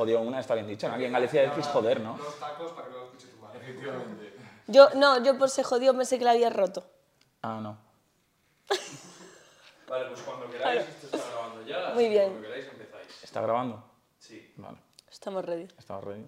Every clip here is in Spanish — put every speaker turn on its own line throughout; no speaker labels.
jodió una, está bien dicho, ¿no? Aquí en Galicia decís joder, ¿no?
Los tacos para que lo escuche tu madre. Efectivamente.
Yo, no, yo por ser jodido pensé que la había roto.
Ah, no.
Vale, pues cuando queráis, esto está grabando ya. así
Muy
que
bien.
Cuando queráis empezáis.
¿Está grabando?
Sí.
Vale.
Estamos ready.
Estamos ready.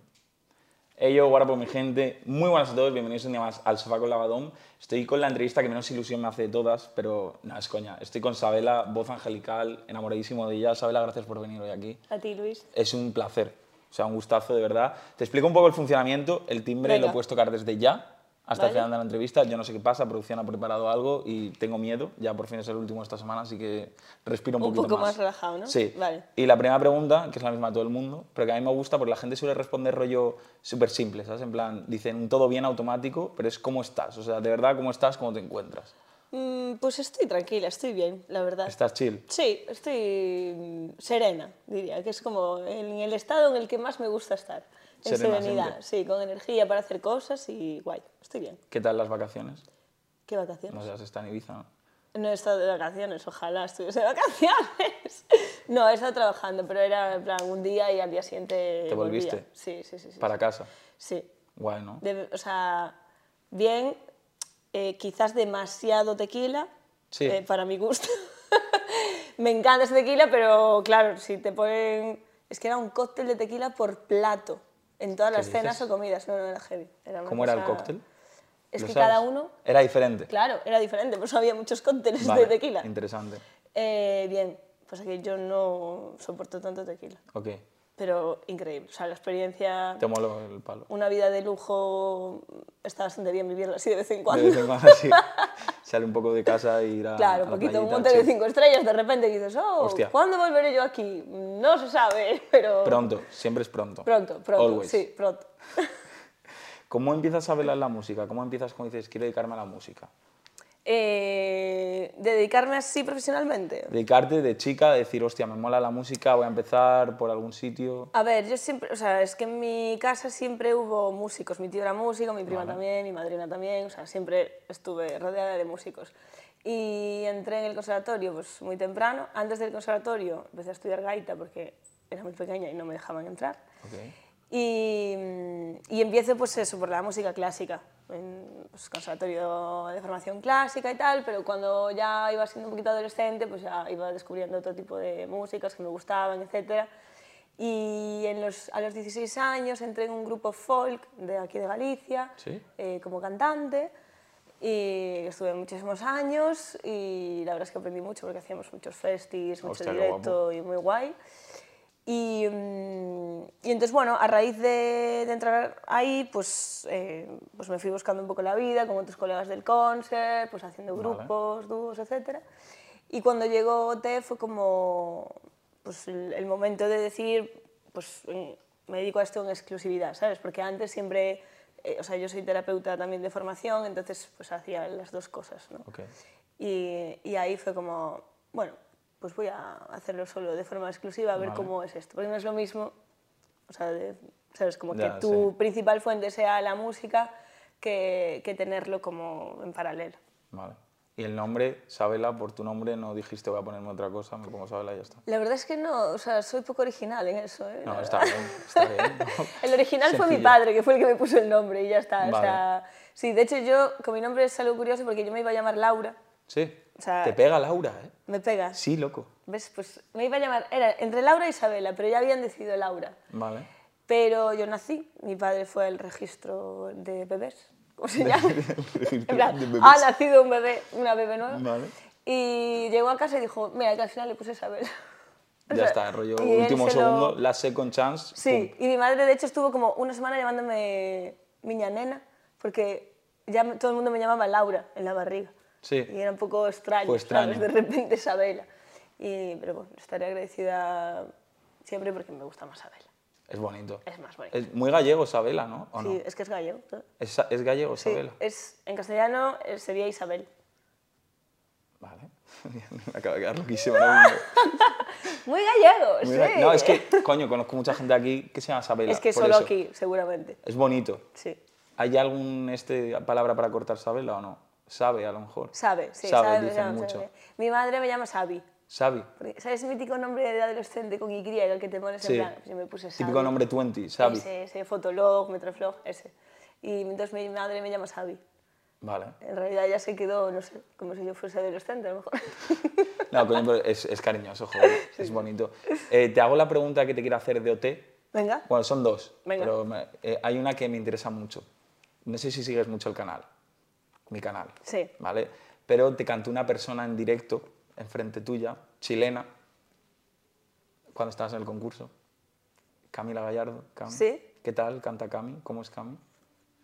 Hey, yo, guapo, mi gente. Muy buenas a todos, bienvenidos un día más al Sofá con Lavadón. Estoy con la entrevista que menos ilusión me hace de todas, pero no, es coña. Estoy con Sabela, voz angelical, enamoradísimo de ella. Sabela, gracias por venir hoy aquí.
A ti, Luis.
Es un placer, o sea, un gustazo, de verdad. Te explico un poco el funcionamiento. El timbre
Venga.
lo puedes tocar desde ya hasta el
Vale.
final de la entrevista. Yo no sé qué pasa, producción ha preparado algo y tengo miedo. Ya por fin es el último esta semana, así que respiro un,
Un
poquito
poco
más.
más relajado, ¿no?
Sí.
Vale.
Y la primera pregunta, que es la misma a todo el mundo, pero que a mí me gusta porque la gente suele responder rollo súper simple, ¿sabes? En plan, dicen un todo bien automático, pero es cómo estás. O sea, de verdad, cómo estás, cómo te encuentras.
Mm, pues estoy tranquila, estoy bien, la verdad.
¿Estás chill?
Sí, estoy mm, serena, diría, que es como en el estado en el que más me gusta estar. En
Serena
serenidad,
siempre.
sí, con energía para hacer cosas y guay, estoy bien.
¿Qué tal las vacaciones?
¿Qué vacaciones?
No sé, has estado en Ibiza, ¿no?
No he estado de vacaciones, ojalá estuviese de vacaciones. No, he estado trabajando, pero era en plan un día y al día siguiente.
¿Te
volvía.
volviste?
Sí, sí, sí. sí
Para casa.
Sí.
Guay, ¿no?
De- o sea, bien, eh, quizás demasiado tequila
Sí.
eh, para mi gusto. Me encanta ese tequila, pero claro, si te ponen. Es que era un cóctel de tequila por plato en todas
¿Qué
las cenas
dices?
o comidas. No, no era heavy. Era una
¿Cómo era el
cosa-
cóctel?
Es
¿Lo
que
sabes?
cada uno.
Era diferente.
Claro, era diferente, por eso había muchos cócteles
Vale,
de tequila.
Interesante.
Eh, bien, pues aquí yo no soporto tanto tequila,
Ok.
pero increíble. O sea, la experiencia,
Te molo el palo.
una vida de lujo, está bastante bien vivirla así de vez en
De
cuando.
vez en cuando así. Sale un poco de casa y ir a.
Claro,
a
un
la
poquito, un
playita,
hotel de
sí.
cinco estrellas, de repente dices, oh,
Hostia.
¿cuándo volveré yo aquí? No se sabe, pero...
Pronto, siempre es pronto.
Pronto, pronto,
Always.
sí, pronto.
¿Cómo empiezas a velar la música? ¿Cómo empiezas cuando dices quiero dedicarme a la música?
Eh, ¿Dedicarme así profesionalmente?
Dedicarte de chica, decir, hostia, me mola la música, voy a empezar por algún sitio.
A ver, yo siempre, o sea, es que en mi casa siempre hubo músicos. Mi tío era músico, mi prima
Vale.
también, mi madrina también, o sea, siempre estuve rodeada de músicos. Y entré en el conservatorio pues muy temprano. Antes del conservatorio empecé a estudiar gaita porque era muy pequeña y no me dejaban entrar.
Ok.
Y, mm, y empiezo pues eso, por la música clásica, en pues, conservatorio de formación clásica y tal, pero cuando ya iba siendo un poquito adolescente, pues ya iba descubriendo otro tipo de músicas que me gustaban, etc. Y en los- a los 16 años entré en un grupo folk de aquí de Galicia,
Sí.
eh, como cantante, y estuve muchísimos años y la verdad es que aprendí mucho porque hacíamos muchos festis, mucho
Hostia, qué guapo.
directo y muy guay. Y, mm, y entonces, bueno, a raíz de, de entrar ahí, pues, eh, pues me fui buscando un poco la vida, con otros colegas del concert, pues haciendo
Vale.
grupos, dúos, etc. Y cuando llegó T fue como pues, el, el momento de decir, pues mm, me dedico a esto en exclusividad, ¿sabes? Porque antes siempre, eh, o sea, yo soy terapeuta también de formación, entonces pues hacía las dos cosas, ¿no?
Ok.
Y, y ahí fue como, bueno, pues voy a hacerlo solo de forma exclusiva, a ver
Vale.
cómo es esto. Porque no es lo mismo, o sea, de- sabes, como
Ya,
que tu
sí.
principal fuente sea la música que, que tenerlo como en paralelo.
Vale. Y el nombre, Sabela, por tu nombre no dijiste voy a ponerme otra cosa, me pongo Sabela y ya está.
La verdad es que no, o sea, soy poco original en eso. ¿eh?
No,
La
está
verdad.
bien, está bien.
El original fue mi
Sencillo.
padre, que fue el que me puso el nombre y ya está. O
Vale.
sea, sí, de hecho yo, con mi nombre es algo curioso porque yo me iba a llamar Laura.
Sí.
O sea-
Te pega Laura, ¿eh?
Me pega.
Sí, loco.
¿Ves? Pues me iba a llamar, era entre Laura y Isabela, pero ya habían decidido Laura.
Vale.
Pero yo nací, mi padre fue al registro de bebés, ¿cómo se llama? en
registro
plan,
de bebés.
ha nacido un bebé, una bebé nueva.
Vale.
Y llegó a casa y dijo, mira, que al final le puse Isabel. O
Ya
sea,
está, rollo
y él
último
se lo-
segundo, la second chance.
Sí, y mi madre de hecho estuvo como una semana llamándome miña nena, porque ya me- todo el mundo me llamaba Laura en la barriga.
Sí.
Y era un poco extraño,
Fue
¿sabes?
extraño.
De repente Isabela. Y, pero bueno, estaré agradecida siempre porque me gusta más Isabela.
Es bonito.
Es más bonito.
Es muy gallego Sabela, ¿no? ¿O no?
Sí, es que es gallego. ¿no?
¿Es, sa- es gallego
Sí, Eh.
Sabela?
es, en castellano eh, sería Isabel.
Vale. Me acaba de quedar loquísimo. ahora mismo.
Muy gallego,
Muy
sí.
ga- No, es que, coño, conozco mucha gente aquí que se llama Sabela.
Es que
por
solo
eso.
aquí, seguramente.
Es bonito.
Sí.
¿Hay algún este, palabra para cortar Sabela o no? Sabe, a lo mejor.
Sabe, sí,
Sabe,
sabe, me
dicen
llama
mucho.
Sabe. Mi madre me llama Sabi,
Xavi.
Porque, ¿Sabes el mítico nombre de adolescente con Y, el que te pones
Sí.
en plan? Pues yo me puse Xavi.
Típico nombre 20, Xavi.
Ese, ese, Fotolog, Metroflog, ese. Y entonces mi madre me llama Xavi.
Vale.
En realidad ya se quedó, no sé, como si yo fuese adolescente a lo mejor.
No, coño, pero es, es cariñoso, joder, es bonito. Eh, te hago la pregunta que te quiero hacer de OT.
Venga.
Bueno, son dos.
Venga.
Pero me- eh, hay una que me interesa mucho. No sé si sigues mucho el canal, mi canal.
Sí.
¿Vale? Pero te cantó una persona en directo, enfrente tuya, chilena, cuando estabas en el concurso. Camila Gallardo. Cami.
Sí.
¿Qué tal canta Cami? ¿Cómo es Cami?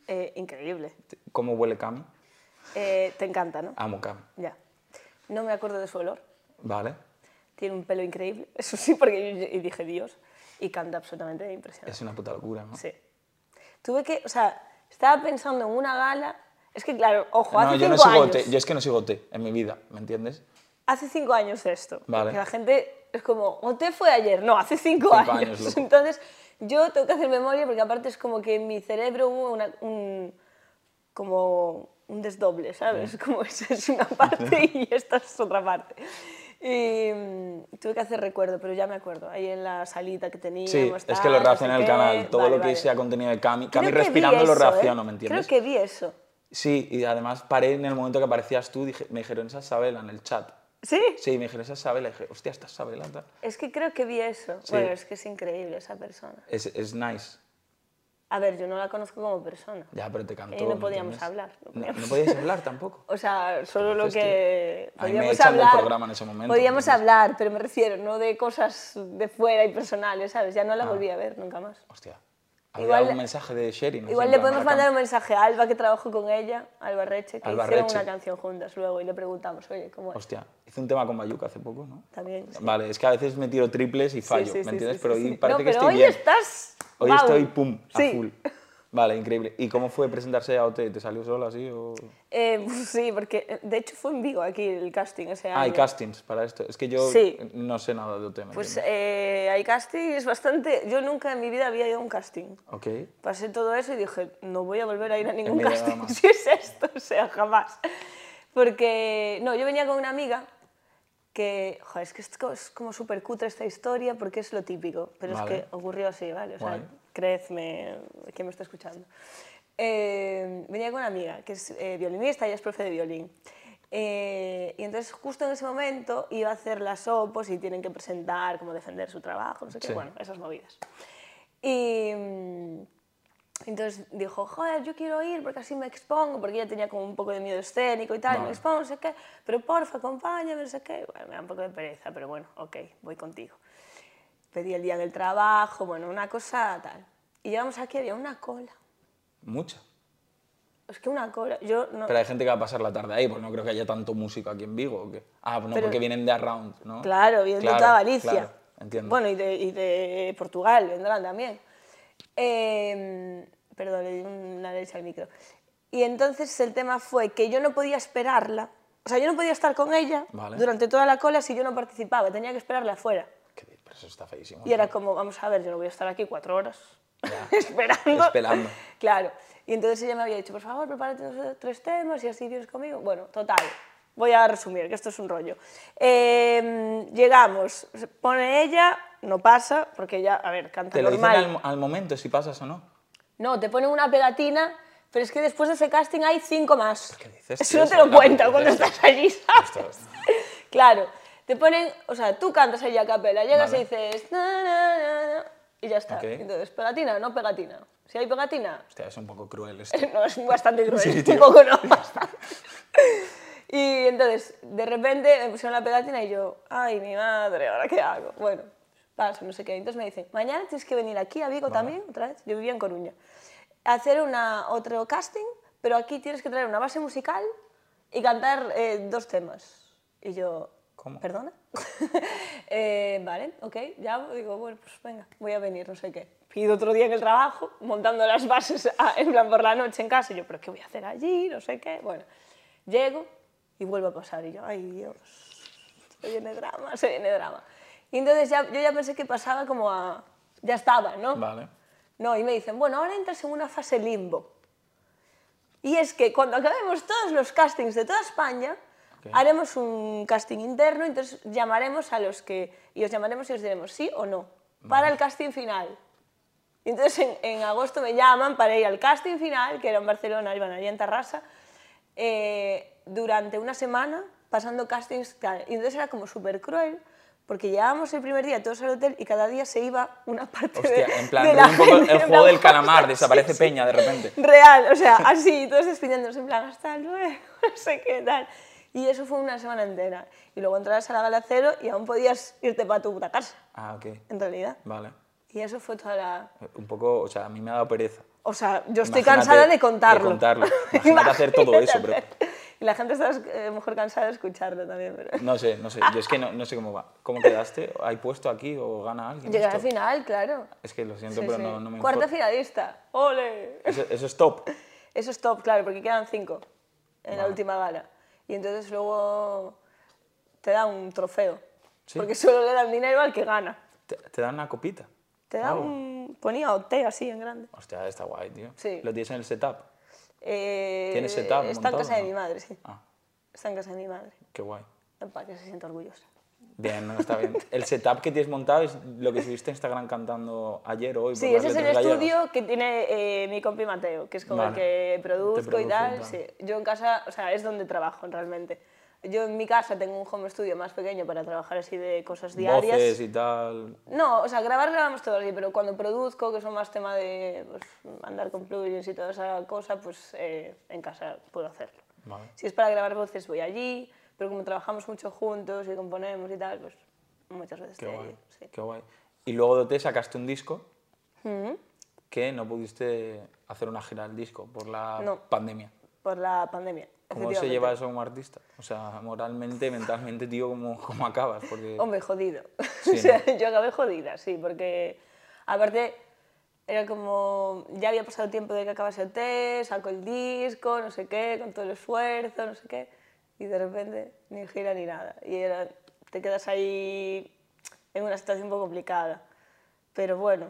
Eh, increíble.
Te- ¿Cómo huele Cami?
Eh, te encanta, ¿no?
Amo Cami.
Ya. No me acuerdo de su olor.
¿Vale?
Tiene un pelo increíble, eso sí, porque yo y dije Dios. Y canta absolutamente impresionante.
Es una puta locura, ¿no?
Sí. Tuve que, o sea, estaba pensando en una gala. Es que, claro, ojo, hace
No, yo no
cinco
sigo
años.
OT. Yo es que no sigo OT en mi vida, ¿me entiendes?
Hace cinco años de esto.
Vale.
Que la gente es como, OT fue ayer. No, hace cinco,
Cinco años,
años.
loco.
Entonces, yo tengo que hacer memoria porque aparte es como que en mi cerebro hubo una- un, como un desdoble, ¿sabes? Como esa es una parte y esta es otra parte. Y mm, tuve que hacer recuerdo, pero ya me acuerdo. Ahí en la salita que teníamos.
Sí, es que
tal,
lo
no
reacciona
sé
en el
qué.
canal. Todo
Vale,
lo que
vale.
sea contenido de Cami.
Creo
Cami
que vi
respirando lo
eso, ¿eh?
reacciono, ¿me entiendes?
Creo que vi eso.
Sí, y además paré en el momento que aparecías tú, dije, me dijeron, esa es Sabela en el chat.
¿Sí?
Sí, me dijeron, esa es Sabela. Y dije, hostia, esta es Sabela. tal.
Es que creo que vi eso.
Sí.
Bueno, es que es increíble esa persona.
Es, es nice.
A ver, yo no la conozco como persona.
Ya, pero te cantó.
Eh, no
¿me
podíamos
entiendes?
hablar, no
No,
podíamos.
no podíais hablar tampoco.
O sea, solo lo
Entonces,
que
tío, a mí me
podíamos
echan del
hablar.
programa en ese momento,
Podíamos
entonces.
hablar, pero me refiero, no de cosas de fuera y personales, ¿sabes? Ya no
Ah.
la volví a ver nunca más.
Hostia. Había
Igual-
un mensaje de Sherry. no sé,
Igual
en
le
plan,
podemos
Maracán.
mandar un mensaje a Alba, que trabajo con ella, Alba Reche, que
Alba
hicieron
Reche.
una canción juntas luego y le preguntamos, oye, ¿cómo es?
Hostia, hice un tema con Bayuca hace poco, ¿no?
También. sí.
Vale, es que a veces me tiro triples y
Sí,
fallo,
sí,
¿me
sí,
entiendes?
sí,
pero
sí,
hoy
sí.
parece
No,
que
pero
estoy
hoy
bien.
estás.
Hoy
wow.
estoy pum, a
Sí.
full. Vale, increíble. ¿Y cómo fue presentarse a OT? ¿Te salió sola así o...?
Eh, sí, porque eh, de hecho fue en Vigo aquí el casting ese año.
Ah, hay castings para esto. Es que yo
Sí.
no sé nada de OT, ¿me
Pues
entiendes?
eh, hay casting, es bastante... Yo nunca en mi vida había ido a un casting.
Ok.
Pasé todo eso y dije, no voy a volver a ir a ningún
mi vida
casting
jamás.
si es esto, o sea, jamás. Porque, no, yo venía con una amiga que, joder, es que es co- es como súper cutre esta historia porque es lo típico, pero
Vale.
es que ocurrió así, ¿vale? O sea,
Guay.
creedme, quien me está escuchando. Eh, venía con una amiga que es eh, violinista, ella es profe de violín. Eh, y entonces justo en ese momento iba a hacer las opos y tienen que presentar, como defender su trabajo, no sé qué,
Sí.
bueno, esas movidas. Y mm, entonces dijo, joder, yo quiero ir porque así me expongo, porque ella tenía como un poco de miedo escénico y tal,
Vale.
me expongo, no sé qué, pero porfa, acompáñame, no sé qué. Bueno, me da un poco de pereza, pero bueno, ok, voy contigo. Pedí el día del trabajo, bueno, una cosa tal. Y llegamos aquí, había una cola.
Mucha.
Es que una cola, yo no...
Pero hay gente que va a pasar la tarde ahí, pues no creo que haya tanto músico aquí en Vigo. ¿o qué? Ah, no,
Pero-
porque vienen de Around, ¿no?
Claro, vienen de toda Galicia.
claro, entiendo.
Bueno, y de, y de Portugal vendrán también. Eh, perdón, le di una derecha al micro. Y entonces el tema fue que yo no podía esperarla. O sea, yo no podía estar con ella
Vale.
durante toda la cola si yo no participaba. Tenía que esperarla afuera.
Qué bien, Pero eso está feísimo.
Y era como, vamos a ver, yo no voy a estar aquí cuatro horas esperando.
Esperando.
Claro. Y entonces ella me había dicho, por favor, prepárate unos tres temas y así vienes conmigo. Bueno, total. Voy a resumir, que esto es un rollo. Eh, llegamos, se pone ella, no pasa, porque ella, a ver, canta
Te lo dicen
normal.
al, al momento si pasas o no.
No, te ponen una pegatina, pero es que después de ese casting hay cinco más.
¿Qué dices,
Eso
tío?
no te lo
Saca,
cuentan cuando
dices,
estás allí, ¿sabes?
Esto-
Claro, te ponen, o sea, tú cantas allí a capela, llegas
Vale.
y dices "Na, na, na, na", y ya está.
Ok.
Entonces, pegatina, no pegatina. Si hay pegatina,
Hostia, es un poco cruel esto.
no, es bastante cruel,
Sí,
un
tío.
poco no, bastante. Y entonces, de repente me pusieron la pegatina y yo, ay, mi madre, ¿ahora qué hago? Bueno, paso, no sé qué. Entonces me dicen, mañana tienes que venir aquí a Vigo también, otra vez, yo vivía en Coruña, a hacer una, otro casting, pero aquí tienes que traer una base musical y cantar eh, dos temas. Y yo,
¿Cómo?
¿Perdona? Eh, vale, ok, ya digo, bueno, pues venga, voy a venir, no sé qué. Pido otro día en el trabajo, montando las bases a- en plan por la noche en casa. Y yo, ¿pero qué voy a hacer allí? No sé qué. Bueno, llego y vuelvo a pasar. Y yo, ay Dios, se viene drama, se viene drama. Y entonces ya, yo ya pensé que pasaba como a. Ya estaba, ¿no?
Vale.
No, y me dicen, bueno, ahora entras en una fase limbo. Y es que cuando acabemos todos los castings de toda España, Haremos un casting interno, entonces llamaremos a los que... Y os llamaremos y os diremos sí o no, para el casting final. Y entonces en, en agosto me llaman para ir al casting final, que era en Barcelona, iban allí en Tarrasa, eh, durante una semana pasando castings. tal. Y entonces era como súper cruel, porque llegábamos el primer día todos al hotel y cada día se iba una parte
Hostia,
de,
en plan,
de la
un poco el
gente, en
juego
plan,
del calamar,
sí,
desaparece
sí.
Peña de repente.
Real, o sea, así, y todos despidiéndonos en plan, hasta luego, no sé qué tal. Y eso fue una semana entera. Y luego entrabas a la gala cero y aún podías irte para tu puta casa,
Ah, ok.
en realidad.
Vale.
Y eso fue toda la...
Eh, Un poco, o sea, a mí me ha dado pereza.
O sea, yo estoy
Imagínate
cansada de
de
contarlo.
contarlo. Imagínate hacer todo eso, pero-
hacer- Y la gente está eh, mejor cansada de escucharlo también, pero...
No sé, no sé. Yo es que no, no sé cómo va. ¿Cómo quedaste? ¿Hay puesto aquí o gana alguien?
Llegar al
esto?
final, claro.
Es que lo siento,
Sí,
pero
sí.
no, no me
Cuarta
infor-
finalista, ¡ole!
eso, eso es top.
Eso es top, claro, porque quedan cinco en la
Vale.
última gala. Y entonces luego te dan un trofeo.
Sí.
Porque solo le dan dinero al que gana.
Te, te dan una copita.
Te dan
Algo.
un... Ponía OT así en grande.
Hostia, está guay, tío.
Sí.
¿Lo tienes en el setup?
Eh,
¿Tienes setup
Está en
montado,
casa de
no?
mi madre, sí.
Ah,
Está en casa de mi madre.
qué guay.
Para que se sienta orgullosa.
Bien, no, está bien. El setup que tienes montado es lo que subiste en Instagram cantando ayer o hoy. por
Sí,
las
ese es el
letras gallegas.
estudio que tiene eh, mi compi Mateo, que es como el
Vale.
que
Te
produzco y
produce,
tal.
tal.
sí. Yo en casa, o sea, es donde trabajo realmente. Yo en mi casa tengo un home studio más pequeño para trabajar así de cosas diarias.
Voces y tal.
No, o sea, grabar grabamos todo así, pero cuando produzco, que son más tema de pues, andar con plugins y toda esa cosa, pues eh, en casa puedo hacerlo.
Vale.
Si es para grabar voces, voy allí, pero como trabajamos mucho juntos y componemos y tal, pues muchas veces
Qué
estoy
guay,
allí, sí.
qué guay. Y luego de OT sacaste un disco
Mm.
que no pudiste hacer una gira al disco por la
No.
pandemia.
Por la pandemia.
¿Cómo se lleva
efectivamente.
eso como artista? O sea, moralmente, mentalmente, tío, ¿cómo, cómo acabas? Porque
Hombre, jodido.
Sí,
o sea, yo acabé jodida, sí, porque aparte era como, ya había pasado tiempo de que acabase el test, saco el disco, no sé qué, con todo el esfuerzo, no sé qué, y de repente ni gira ni nada. Y era, te quedas ahí en una situación un poco complicada. Pero bueno,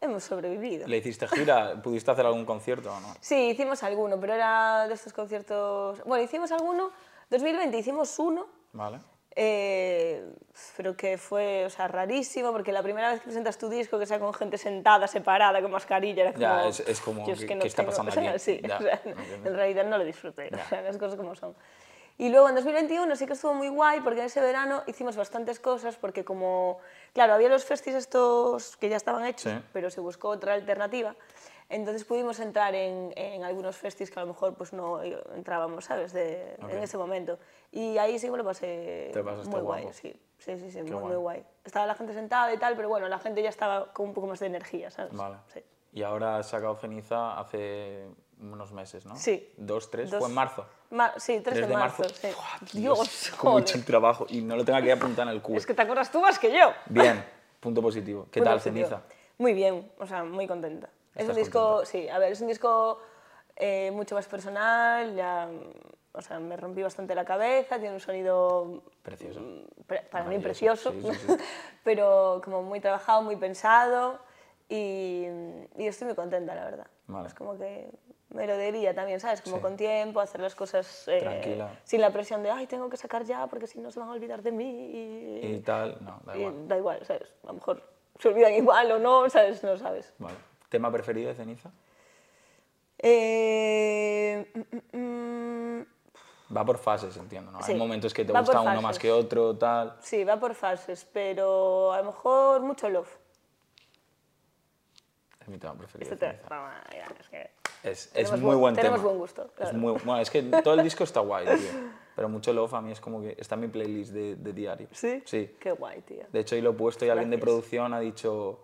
hemos sobrevivido.
le hiciste gira, ¿pudiste hacer algún concierto o no?
Sí, hicimos alguno, pero era de estos conciertos... Bueno, hicimos alguno, 2020 hicimos uno,
Vale.
eh, pero que fue o sea, rarísimo, porque la primera vez que presentas tu disco, que sea con gente sentada, separada, con mascarilla, era como...
Ya, es- es como,
"Yo es
¿qué-
que no
qué está
tengo-".
pasando
O sea,
aquí?
sí,
Ya,
o sea,
¿me entiendes?
en realidad no lo disfruté, o sea, las cosas como son. Y luego en 2021 sí que estuvo muy guay, porque en ese verano hicimos bastantes cosas, porque como... Claro, había los festis estos que ya estaban hechos,
Sí.
pero se buscó otra alternativa. Entonces pudimos entrar en, en algunos festis que a lo mejor pues no entrábamos, ¿sabes? De-
Ok.
En ese momento. Y ahí sí que me lo pasé
Te pasaste
Eh, muy guay,
guapo.
sí. Sí, sí, sí, muy,
guay.
muy guay. Estaba la gente sentada y tal, pero bueno, la gente ya estaba con un poco más de energía, ¿sabes?
Vale.
Sí.
Y ahora has sacado Ceniza hace unos meses, ¿no?
Sí.
¿Dos, tres?
Dos-
¿Fue en marzo?
Ma- sí, 3
3
de, marzo. sí.
Buah,
Dios,
cómo he
joder.
hecho el trabajo y no lo tenga que apuntar en el cubo.
Es que te acuerdas tú más que yo.
Bien, punto positivo. ¿Qué
Bueno,
tal,
sí, tío.
Ceniza?
Muy bien, o sea, muy contenta. Es un
¿Estás
disco,
contenta?
sí, a ver, es un disco eh, mucho más personal, ya, o sea, me rompí bastante la cabeza, tiene un sonido
Precioso.
mm, pre- para mí
Maravilloso,
precioso,
sí, sí, sí.
pero como muy trabajado, muy pensado y, y estoy muy contenta, la verdad.
Vale.
Es como que me lo diría también, ¿sabes? Como
Sí.
con tiempo, hacer las cosas eh,
Tranquila.
sin la presión de, ay, tengo que sacar ya porque si no se van a olvidar de mí. y-
Y tal, no, da
y
igual.
da igual, ¿sabes? A lo mejor se olvidan igual o no, ¿sabes? No sabes.
Vale. ¿Tema preferido de Ceniza?
Eh, mm, mm, mm,
Va por fases, entiendo, ¿no?
Sí,
Hay momentos que te
va
gusta
por
uno más
fases.
que otro, tal.
sí, va por fases, pero a lo mejor mucho love.
Es mi tema preferido.
Este
de
tema.
Ceniza.
Vamos, ya, es que
Es, es
Tenemos
muy
bu-
buen
tenemos
tema.
buen gusto,
Es,
claro.
muy, bueno, es que todo el disco está guay, tío. Pero mucho love a mí es como que está en mi playlist de, de diario.
¿Sí?
Sí.
Qué guay, tío.
De hecho, ahí lo he puesto y alguien de
Gracias.
producción ha dicho,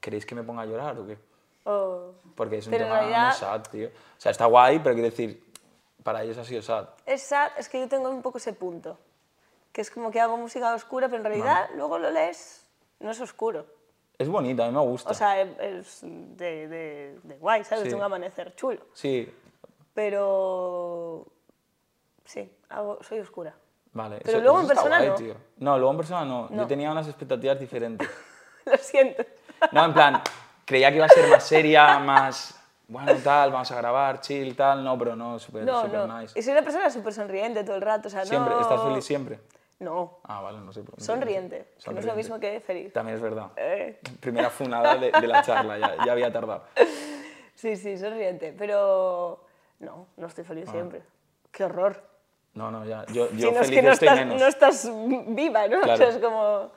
¿queréis que me ponga a llorar o qué?
Oh.
Porque es un
Pero en
tema
realidad-
muy sad, tío. O sea, está guay, pero quiero decir, para ellos ha sido sad.
Es sad, es que yo tengo un poco ese punto, que es como que hago música oscura, pero en realidad luego lo lees, no es oscuro.
Es bonito, a mí me gusta.
O sea, es es de, de- de guay, ¿sabes?
Sí.
De un amanecer chulo.
sí,
Pero... Sí, hago- soy oscura.
vale.
Pero luego en
está
persona no.
tío. No, luego en persona no. Yo
No.
tenía unas expectativas diferentes.
Lo siento.
No, en plan, creía que iba a ser más seria, más bueno, tal, vamos a grabar, chill, tal, no, pero no, súper
No,
súper
no.
nice.
Y soy una persona súper sonriente todo el rato. O sea,
Siempre,
no...
¿estás feliz siempre?
No,
Ah, vale, no sé. por qué.
sonriente. Que no es lo
Sonriente.
mismo que feliz.
También es verdad.
Eh,
Primera funada de, de la charla, ya, ya había tardado.
sí, sí, sonriente. Pero no, no estoy feliz siempre. Qué horror.
No, no, ya. Yo, Ah. yo
Si no
feliz
es que no
estoy
estás,
menos.
no estás viva, ¿no? O
Claro.
sea, es como...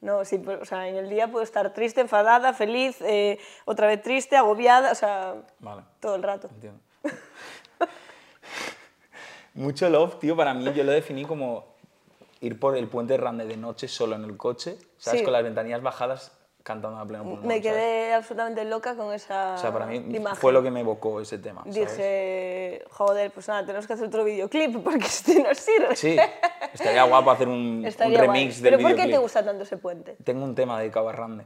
No, sí, pero, o sea, en el día puedo estar triste, enfadada, feliz, eh, otra vez triste, agobiada, o sea,
Vale,
todo el rato.
entiendo. Mucho love, tío, para mí yo lo definí como ir por el puente Rande de noche solo en el coche, ¿sabes?
Sí.
Con las ventanillas bajadas cantando a pleno pulmón.
me
¿sabes?
quedé absolutamente loca con esa
O sea, para mí
imagen.
fue lo que me evocó ese tema. ¿sabes?
Dije, joder, pues nada, tenemos que hacer otro videoclip porque este no sirve.
Sí, estaría guapo hacer un, un
Estaría guay.
remix del
¿Pero por qué
videoclip.
te gusta tanto ese puente?
Tengo un tema dedicado a Rande.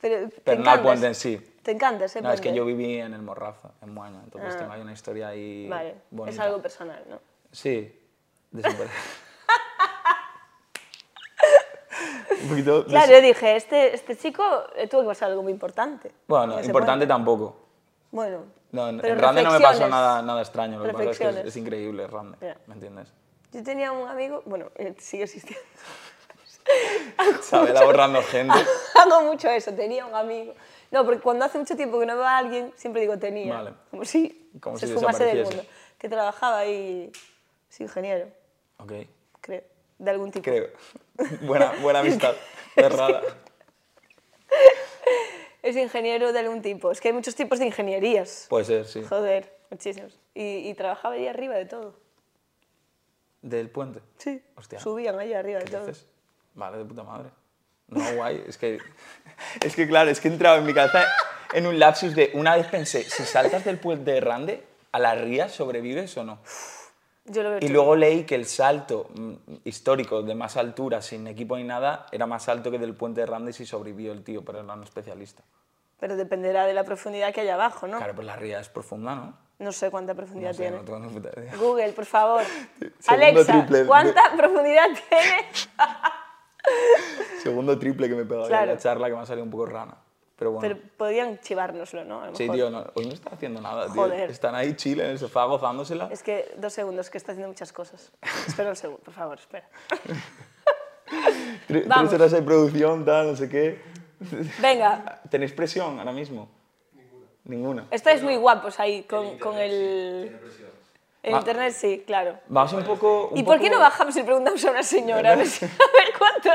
Pero, te
Pero no al
encanta
puente en
ese-
sí.
Te encanta ese
No, es
puente.
que yo viví en el Morrazo, en Moaña, entonces
Ah.
tengo ahí una historia ahí
Vale,
bonita.
es algo personal, ¿no?
Sí, desapare- Un poquito des-
Claro, yo dije, este, este chico eh, tuvo que pasar algo muy importante.
Bueno,
en ese
importante
puente.
tampoco.
Bueno,
No, en,
pero
en Rande no me pasó
reflexiones.
nada, nada extraño, lo que pasa es que es,
Reflexiones.
es increíble Rande,
Ya.
¿me entiendes?
Yo tenía un amigo, bueno, eh, sigue existiendo.
Sabela borrando gente.
Hago mucho eso, tenía un amigo. No, porque cuando hace mucho tiempo que no veo a alguien, siempre digo tenía.
Vale.
Como si
Como
se
si
esfumase del
desapareciese.
mundo. Que trabajaba y es ingeniero,
Ok,
creo, de algún tipo.
creo. Buena, buena amistad, cerrada.
Es ingeniero de algún tipo. Es que hay muchos tipos de ingenierías.
Puede ser, Pues sí.
Joder, muchísimos. Y, y trabajaba ahí arriba de todo.
Del puente.
Sí.
Hostia.
Subían ahí arriba de
¿Qué
todo.
dices? Vale, de puta madre. No, guay, es que, es que claro, es que he entrado en mi cabeza en un lapsus de una vez pensé, si saltas del puente de Rande, ¿a la ría sobrevives o no?
Yo lo veo
Y
todo.
luego leí que el salto mm, histórico de más altura, sin equipo ni nada, era más alto que del puente de Rande si sobrevivió el tío, pero era un especialista.
Pero dependerá de la profundidad que hay abajo, ¿no?
Claro, pues la ría es profunda, ¿no?
No sé cuánta profundidad
No sé,
tiene.
no tengo ni puta idea.
Google, por favor.
Segundo
Alexa,
triple de-
¿cuánta profundidad tiene?
Segundo triple que me he pegado
Claro.
en la charla que me ha salido un poco rana. Pero bueno.
Pero podían chivárnoslo, ¿no? A lo
Sí,
mejor.
tío, no- hoy no está haciendo nada, tío.
Joder.
Están ahí chile en el sofá gozándosela.
Es que dos segundos, que está haciendo muchas cosas. Espera un segundo, por favor, espera.
Tre-
Vamos.
Tres horas de producción, tal, no sé qué.
Venga,
¿Tenéis presión ahora mismo? Ninguna. Ninguna.
estáis muy guapos ahí con, con el... El
Ah.
internet sí, claro.
Vamos un poco... un
¿Y por qué
poco-
no bajamos y preguntamos a una señora? A ver, si- a ver cuánto,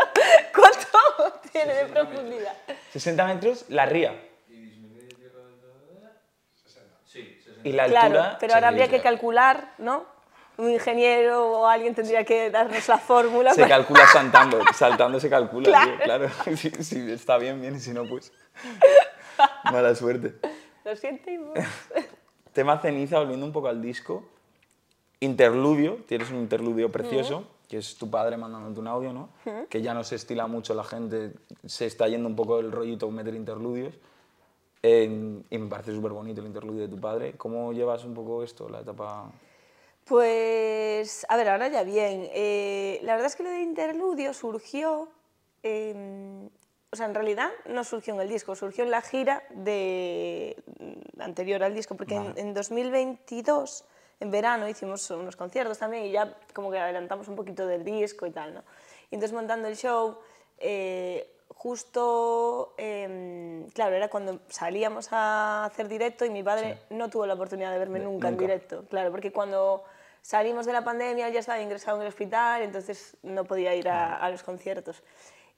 cuánto tiene de profundidad.
60 metros, la ría.
Sí, 60.
Y la
Claro,
altura...
pero ahora
sí,
habría
sí.
que calcular, ¿no? Un ingeniero o alguien tendría que darnos la fórmula.
Se
para-
calcula saltando, saltando se calcula,
Claro.
tío, claro. Si si está bien, bien, y si no, pues... Mala suerte.
Lo sentimos.
Tema ceniza, volviendo un poco al disco. Interludio, tienes un interludio precioso, que es tu padre mandándote un audio, ¿no? Que ya no se estila mucho la gente, se está yendo un poco el rollito meter interludios. Eh, y me parece súper bonito el interludio de tu padre. ¿Cómo llevas un poco esto, la etapa?
Pues, a ver, ahora ya bien. Eh, la verdad es que lo de interludio surgió, eh, o sea, en realidad no surgió en el disco, surgió en la gira de mm, anterior al disco, porque en-
Vale.
en, 2022, en verano, hicimos unos conciertos también y ya como que adelantamos un poquito del disco y tal, ¿no? Y entonces montando el show, eh, justo, em, claro, era cuando salíamos a hacer directo y mi padre no tuvo la oportunidad de verme
De-
nunca en
nunca.
directo directo, claro, porque cuando salimos de la pandemia él ya estaba ingresado en el hospital, entonces no podía ir a, a los conciertos.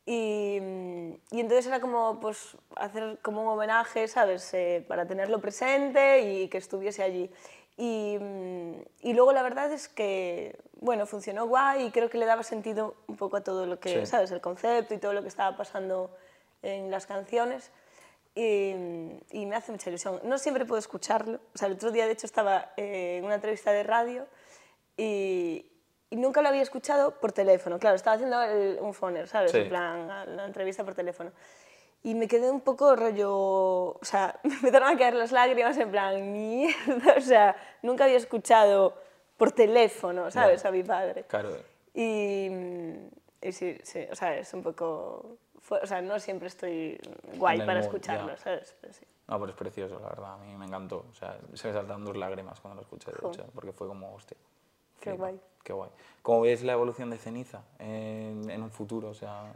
Y, mm, y entonces era como pues, hacer como un homenaje, ¿sabes? Eh, para tenerlo presente y que estuviese allí. Y, mm, y luego la verdad es que, bueno, funcionó guay y creo que le daba sentido un poco a todo lo que,
Sí.
¿sabes? El concepto y todo lo que estaba pasando en las canciones y, y me hace mucha ilusión. No siempre puedo escucharlo. O sea, el otro día, de hecho, estaba eh, en una entrevista de radio y, y nunca lo había escuchado por teléfono. Claro, estaba haciendo el- un phoner, ¿sabes?
Sí.
En plan, a- la entrevista por teléfono. Y me quedé un poco rollo... O sea, me empezaron a caer las lágrimas en plan, mierda. O sea, nunca había escuchado por teléfono, ¿sabes?
Ya.
A mi padre.
Claro,
Y, mm, y sí, sí, o sea, es un poco... fue- o sea, no siempre estoy guay
En el
para
mood,
escucharlo,
ya.
¿sabes? Pero sí.
No, pero es precioso, la verdad, a mí me encantó. O sea, se me saltaron dos lágrimas cuando lo escuché, de
Jo.
hecho, porque fue como, hostia.
Qué
flipa,
guay.
Qué guay. ¿Cómo ves la evolución de Ceniza en, en un futuro? O sea,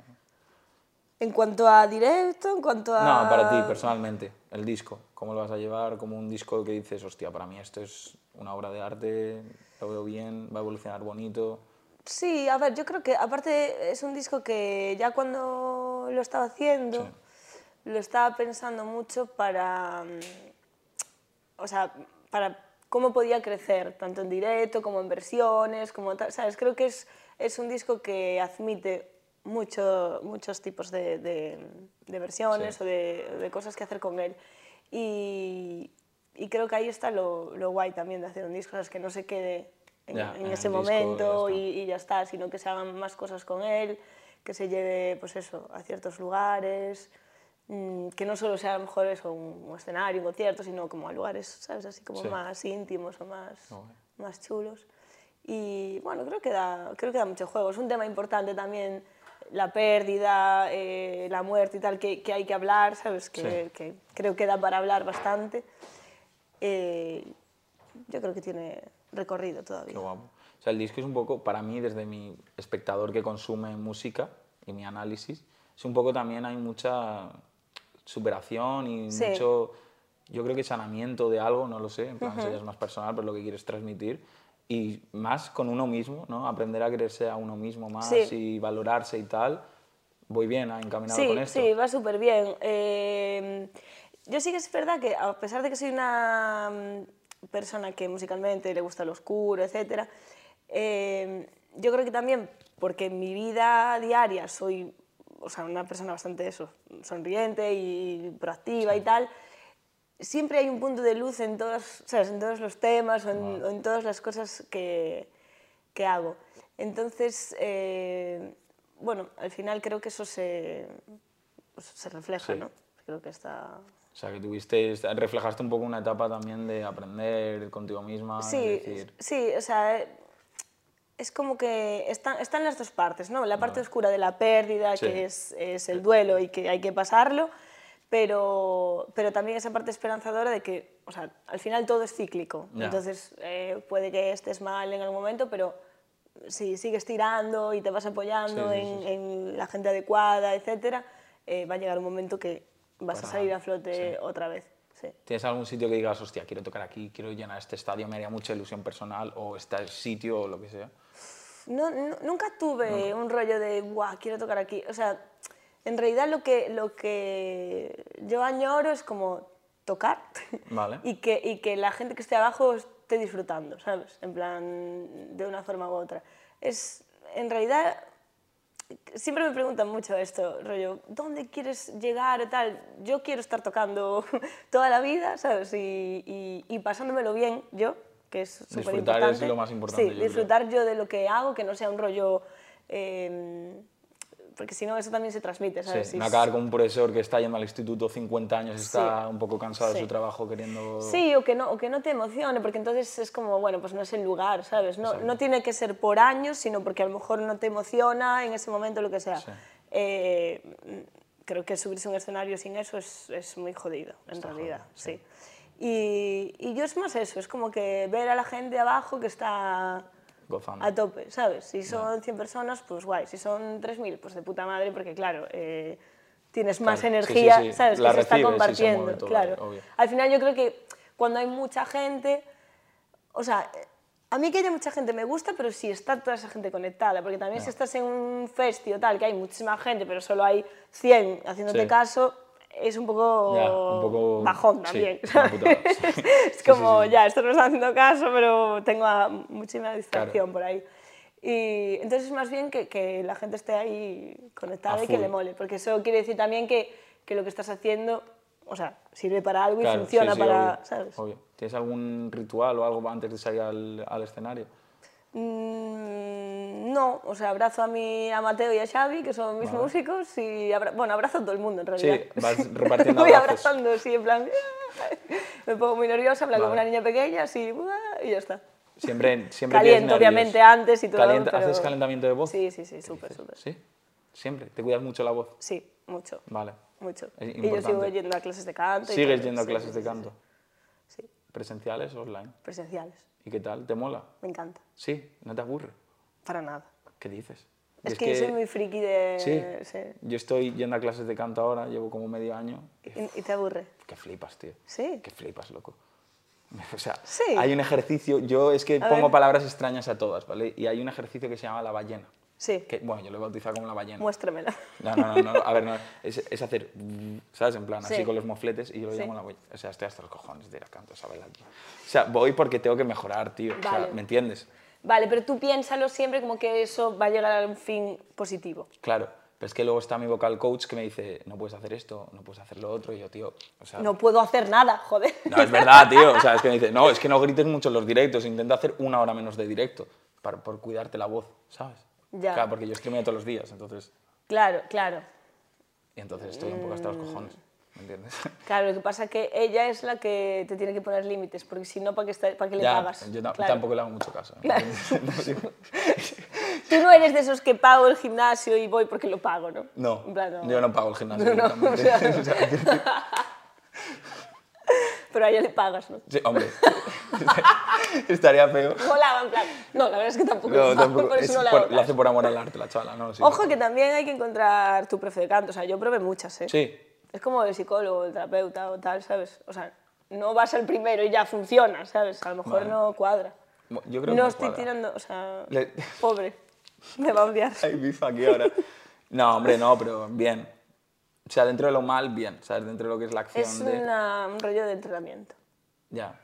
En cuanto a directo, en cuanto a...
no, para ti, personalmente, el disco. ¿Cómo lo vas a llevar? Como un disco que dices, hostia, para mí esto es una obra de arte, lo veo bien, va a evolucionar bonito.
Sí, a ver, yo creo que aparte es un disco que ya cuando lo estaba haciendo,
Sí.
lo estaba pensando mucho para, mm, o sea, para cómo podía crecer, tanto en directo como en versiones, como tal, ¿sabes? Creo que es, es un disco que admite mucho, muchos tipos de, de- de versiones
Sí.
o de, de cosas que hacer con él. Y, y creo que ahí está lo, lo guay también de hacer un disco, o sea, es que no se quede en,
Ya,
en
en el
ese
disco y ya
momento
está.
y, y ya está, sino que se hagan más cosas con él, que se lleve, pues eso, a ciertos lugares, mm, que no solo sea a lo mejor eso, un, un escenario, un concierto, sino como a lugares, ¿sabes? Así como
Sí.
más íntimos o más,
Está guay.
más chulos. Y bueno, creo que, da, creo que da mucho juego. Es un tema importante también, la pérdida, eh, la muerte y tal, que, que hay que hablar, ¿sabes? Que,
Sí.
que creo que da para hablar bastante. Eh, yo creo que tiene recorrido todavía.
Qué guapo. O sea, el disco es un poco, para mí, desde mi espectador que consume música y mi análisis, es un poco también hay mucha superación y
Sí.
mucho, yo creo que sanamiento de algo, no lo sé, en plan, eso ya es más personal, pero lo que quieres transmitir. Y más con uno mismo, ¿no? Aprender a quererse a uno mismo más
Sí.
y valorarse y tal. Voy bien, ¿ah? encaminado
sí,
con esto.
Sí, va súper bien. Eh, yo sí que es verdad que, a pesar de que soy una mm, persona que musicalmente le gusta lo oscuro, etc., yo creo que también, porque en mi vida diaria soy o sea, una persona bastante eso, sonriente y proactiva y tal, siempre hay un punto de luz en todos, ¿sabes? en todos los temas o en, o en todas las cosas que, que hago. Entonces, eh, bueno, al final creo que eso se, pues, se refleja,
Sí.
¿no? Creo que está...
O sea, que tuviste, reflejaste un poco una etapa también de aprender contigo misma, es
Sí,
decir,
sí, o sea, eh, es como que están, están las dos partes, ¿no? La parte oscura de la pérdida,
Sí.
que es, es el duelo y que hay que pasarlo, pero, pero también esa parte esperanzadora de que, o sea, al final todo es cíclico,
Ya.
entonces eh, puede que estés mal en algún momento, pero si sigues tirando y te vas apoyando
Sí, sí,
en,
sí, sí.
en la gente adecuada, etcétera, eh, va a llegar un momento que vas
Para-
a salir a flote
sí.
otra vez. Sí.
¿Tienes algún sitio que digas, hostia, quiero tocar aquí, quiero llenar este estadio, me haría mucha ilusión personal, o este sitio, o lo que sea?
No, nu- nunca tuve un rollo de, guau, quiero tocar aquí. O sea, en realidad lo que, lo que yo añoro es como tocar
Vale.
y, que, y que la gente que esté abajo esté disfrutando, ¿sabes? En plan, de una forma u otra. Es, en realidad, siempre me preguntan mucho esto, rollo, ¿dónde quieres llegar o tal? Yo quiero estar tocando toda la vida, ¿sabes? Y, y- y pasándomelo bien yo, que es súper
Disfrutar
importante.
es lo más importante, yo
Sí,
creo.
disfrutar yo de lo que hago, que no sea un rollo... eh, porque si no, eso también se transmite, ¿sabes?
Sí,
Y
no
s-
acabar con un profesor que está yendo al instituto 50 años, está un poco cansado de
Sí.
su trabajo queriendo...
Sí, o que, no, o que no te emocione, porque entonces es como, bueno, pues no es el lugar, ¿sabes? No,
Exacto.
no tiene que ser por años, sino porque a lo mejor no te emociona en ese momento, lo que sea.
Sí.
Eh, mm, creo que subirse a un escenario sin eso es, es muy jodido, en
Está
realidad,
jodido,
sí. Y, y yo es más eso, es como que ver a la gente abajo que está
Gozando.
a tope, ¿sabes? Si son 100 personas, pues guay. Si son 3.000, pues de puta madre, porque claro, eh, tienes más
Claro, sí, sí,
energía,
sí.
¿sabes?
La
que se está
recibes y se mueve
compartiendo,
todo,
claro.
obvio.
Al final yo creo que cuando hay mucha gente, o sea, eh, a mí que haya mucha gente me gusta, pero si está toda esa gente conectada, porque también si estás en un festival tal, que hay muchísima gente, pero solo hay 100 haciéndote
Sí.
caso, es un poco,
Ya, un poco-
bajón
sí,
también.
una putada, sí.
es como, ya, esto no está haciendo caso, pero tengo a- muchísima distracción por ahí. Y entonces más bien que, que la gente esté ahí conectada
A
y que le
full.
mole, porque eso quiere decir también que, que lo que estás haciendo, o sea, sirve para algo y
Claro, sí,
funciona
sí,
para,
obvio,
¿sabes?
obvio. ¿Tienes algún ritual o algo antes de salir al, al escenario?
Mm, no, o sea, abrazo a mi a Mateo y a Xavi, que son mis músicos, y abra- bueno, abrazo a todo el mundo en realidad.
vas repartiendo
Voy
abrazos.
abrazando, sí, en plan, me pongo muy nerviosa, en plan, como
Vale.
una niña pequeña, así, ¡buah! y ya está.
Siempre, siempre tienes
Caliento,
nervios.
obviamente, antes y todo.
Calienta-
pero-
¿Haces calentamiento de voz?
Sí, sí, sí, súper, súper.
¿Sí? ¿Siempre? ¿Te cuidas mucho la voz?
Sí, mucho.
Vale.
mucho.
Es
Y yo sigo
importante.
yendo a clases de canto. y
¿Sigues
todo,
yendo a
sí,
clases
sí,
de
sí,
canto?
Sí, sí,
¿Presenciales o online?
presenciales.
¿Y qué tal? ¿Te mola?
Me encanta.
Sí, no te aburre.
Para nada.
¿Qué dices? Y
Es, que, yo soy muy friki de...
Sí.
sí.
Yo estoy yendo a clases de canto ahora, llevo como medio año.
Y, y te aburre.
Que flipas, tío.
Sí.
Que flipas, loco. O sea,
Sí.
hay un ejercicio, yo es que
A
pongo
ver.
palabras extrañas a todas, ¿vale? Y hay un ejercicio que se llama la ballena.
Sí.
Que, bueno, yo lo he bautizado como la ballena.
Muéstramela.
No, no, no, no, a ver, no, es, es hacer, ¿sabes? En plan, así
Sí.
con los mofletes y yo lo
Sí.
llamo la ballena. O sea, estoy hasta los cojones de ir a canto, ¿sabes? O sea, voy porque tengo que mejorar, tío. O
Vale.
sea, ¿me entiendes?
Vale, pero tú piénsalo siempre como que eso va a llegar a un fin positivo.
Claro, pero es que luego está mi vocal coach que me dice, no puedes hacer esto, no puedes hacer lo otro, y yo, tío, o sea...
No puedo hacer nada, joder.
No, es verdad, tío, o sea, es que me dice, no, es que no grites mucho en los directos, intenta hacer una hora menos de directo, para, por cuidarte la voz, ¿sabes?
Ya.
Claro, porque yo escribo todos los días, entonces,
Claro, claro.
y entonces estoy un poco hasta los cojones, ¿me entiendes?
Claro, lo que pasa es que ella es la que te tiene que poner límites, porque si no, ¿para qué, está- para qué le
ya,
pagas?
yo ta-
Claro.
tampoco le hago mucho caso. ¿me
Claro.
entiendes?
Tú no eres de esos que pago el gimnasio y voy porque lo pago, ¿no?
No,
En plan,
yo no pago el gimnasio.
No, no,
directamente. O
o sea-
sea, que-
Pero a ella le pagas, ¿no?
sí, hombre, estaría feo.
Molaba, en plan. No, la verdad es que tampoco
No,
lo pago,
tampoco,
por eso
es
no la
por-
hago.
lo hace por amor al arte la chavala, no, sí.
Ojo que también hay que encontrar tu profe de canto. O sea, yo probé muchas, ¿eh?
Sí,
Es como el psicólogo, el terapeuta o tal, ¿sabes? O sea, no vas al primero y ya funciona, ¿sabes? A lo mejor
Vale.
no cuadra.
Mo- yo creo que
no
me
estoy
cuadra.
tirando, o sea,
Le-
pobre, me va a odiar.
Hay bifa aquí ahora. No, hombre, no, pero bien. O sea, dentro de lo mal, bien. ¿Sabes? Dentro de lo que es la acción
Es
de...
una- un rollo de entrenamiento.
Ya,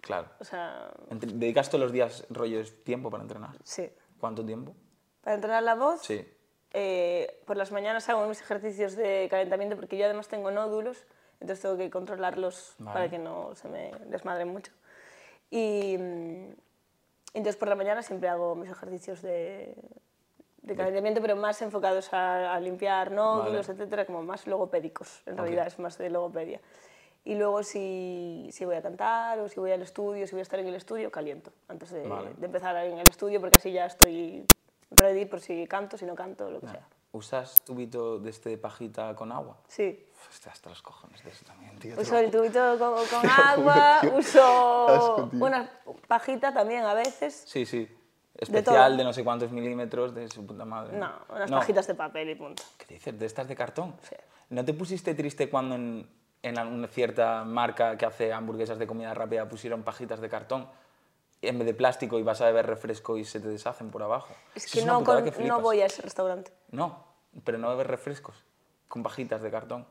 claro.
O sea,
Entre- ¿Dedicas todos los días rollos tiempo para entrenar?
sí.
¿Cuánto tiempo?
Para entrenar la voz,
Sí.
eh, por las mañanas hago mis ejercicios de calentamiento porque yo además tengo nódulos, entonces tengo que controlarlos
Vale.
para que no se me desmadren mucho. Y mm, entonces por la mañana siempre hago mis ejercicios de, de calentamiento, pero más enfocados a, a limpiar nódulos,
Vale.
etcétera, como más logopédicos, en realidad es más de logopedia. Y luego si, si voy a cantar o si voy al estudio, si voy a estar en el estudio, caliento antes de,
Vale.
de empezar en el estudio porque así ya estoy ready por si canto, si no canto, lo que sea.
¿Usas tubito de este de pajita con agua?
Sí.
Uf, estoy hasta los cojones de eso también, tío. te
Uso
lo
el tubito con, con agua, uso una pajita también a veces.
Sí, sí.
todo.
Especial de, no sé cuántos milímetros de su puta madre.
No, unas pajitas de papel y punto.
¿Qué dices? ¿De estas de cartón?
Sí.
¿No te pusiste triste cuando en, en alguna cierta marca que hace hamburguesas de comida rápida pusieron pajitas de cartón? En vez de plástico y vas a beber refresco y se te deshacen por abajo.
Es
Eso
que,
una
no,
putada
con-
que
no
flipas.
voy a ese restaurante.
No, pero no beber refrescos con pajitas de cartón.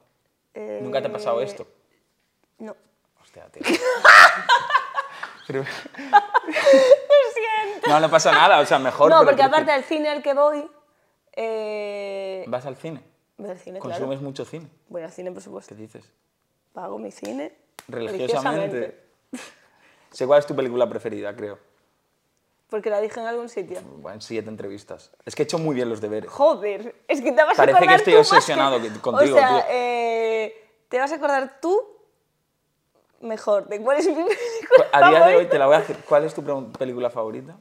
Eh,
¿Nunca te ha pasado esto?
No.
Hostia, tío. Pero-
Lo siento.
no, no pasa nada, o sea, mejor.
no,
pero
porque
quiero decir,
aparte del cine al que voy... Eh,
¿Vas al cine?
voy al cine, claro.
¿Consumes mucho cine?
Voy al cine, por
¿Qué
supuesto.
dices?
Pago mi cine.
Religiosamente. sé cuál es tu película preferida, creo.
Porque la dije en algún sitio.
Bueno, siete entrevistas. Es que he hecho muy bien los deberes.
Joder, es que te vas
Parece
a acordar
que estoy
tú más
obsesionado que- contigo,
O sea,
tío.
eh, te vas a acordar tú mejor de cuál es mi película
A día de hoy
favorita.
te la voy a hacer. ¿Cuál es tu pre- película favorita?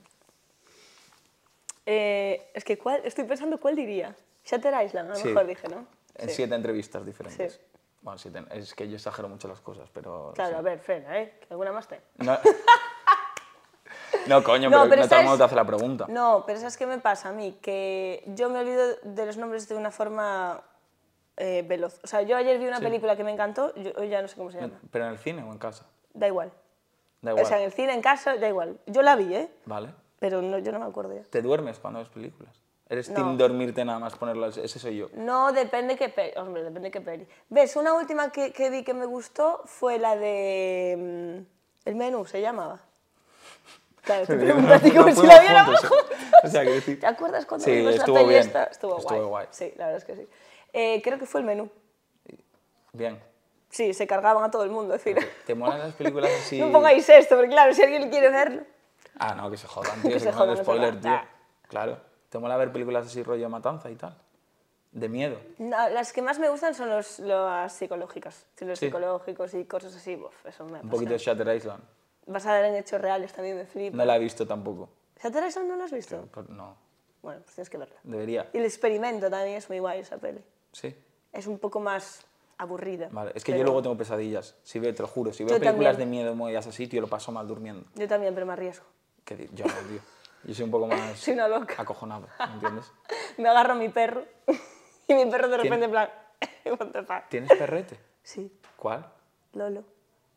Eh, es que cuál, estoy pensando cuál diría. Shutter Island, a lo
Sí. Eh,
mejor dije, ¿no?
En
Sí.
siete entrevistas diferentes.
Sí.
Bueno, siete- es que yo exagero mucho las cosas, pero...
Claro,
sí.
a ver, frena, ¿eh? Que alguna más te...
No, No, coño,
No,
pero,
pero
no todo el
¿sabes?
mundo te hace la pregunta.
No, pero ¿sabes qué me pasa a mí? Que yo me olvido de los nombres de una forma eh, veloz. O sea, yo ayer vi una
Sí.
película que me encantó, yo hoy ya no sé cómo se llama.
¿Pero en el cine o en casa?
Da igual.
Da igual.
Em. O sea, en el cine, en casa, da igual. Yo la vi, ¿eh?
Vale.
Pero no, yo no me acuerdo ya.
¿Te duermes cuando ves películas? ¿Eres
No.
team dormirte nada más ponerlo? al- Ese soy yo.
No, depende qué peli. Hombre, depende qué peli. ¿Ves? Una última que, que vi que me gustó fue la de... mm, El menú, se llamaba. Claro, te preguntas a ti como
No
si la
fuimos
viéramos
juntos,
juntos.
¿eh? O sea, quiero decir-
¿Te acuerdas cuando
Sí,
vimos
estuvo
la peli
bien.
esta? Estuvo,
Estuvo guay.
Sí, la verdad es que sí. Eh, creo que fue el menú.
Bien.
Sí, se cargaban a todo el mundo, es decir...
¿Te molan las películas así?
No pongáis esto, porque claro, si alguien quiere verlo...
Ah, no, que se jodan, tío.
Que
se
se
comen
jodan,
el
es
spoiler, tío.
verdad.
Claro. ¿Te mola ver películas así rollo matanza y tal? De miedo.
No, las que más me gustan son los, las psicológicas. Sí, Los
Sí.
psicológicos y cosas así, buf, eso me
Un
apasiona.
poquito de Shutter Island.
Basada en hechos reales también me flipa.
No la he visto tampoco.
¿Shutter Island no lo has visto?
Pero No,
Bueno, pues tienes que verla.
debería.
Y el experimento también es muy guay esa peli.
Sí.
es un poco más aburrida.
Vale, es que yo
pero-
luego tengo pesadillas. Si veo, te lo juro, si veo
Yo
películas
también.
de miedo movidas así, tío, lo paso mal durmiendo.
Yo también, pero me arriesgo.
Que di- yo no, tío. Yo soy un poco más
Soy una loca.
acojonado, ¿me entiendes?
Me agarro a mi perro y mi perro de
¿Tiene-
repente en plan, what the fuck.
¿Tienes perrete?
Sí,
¿Cuál?
Lolo.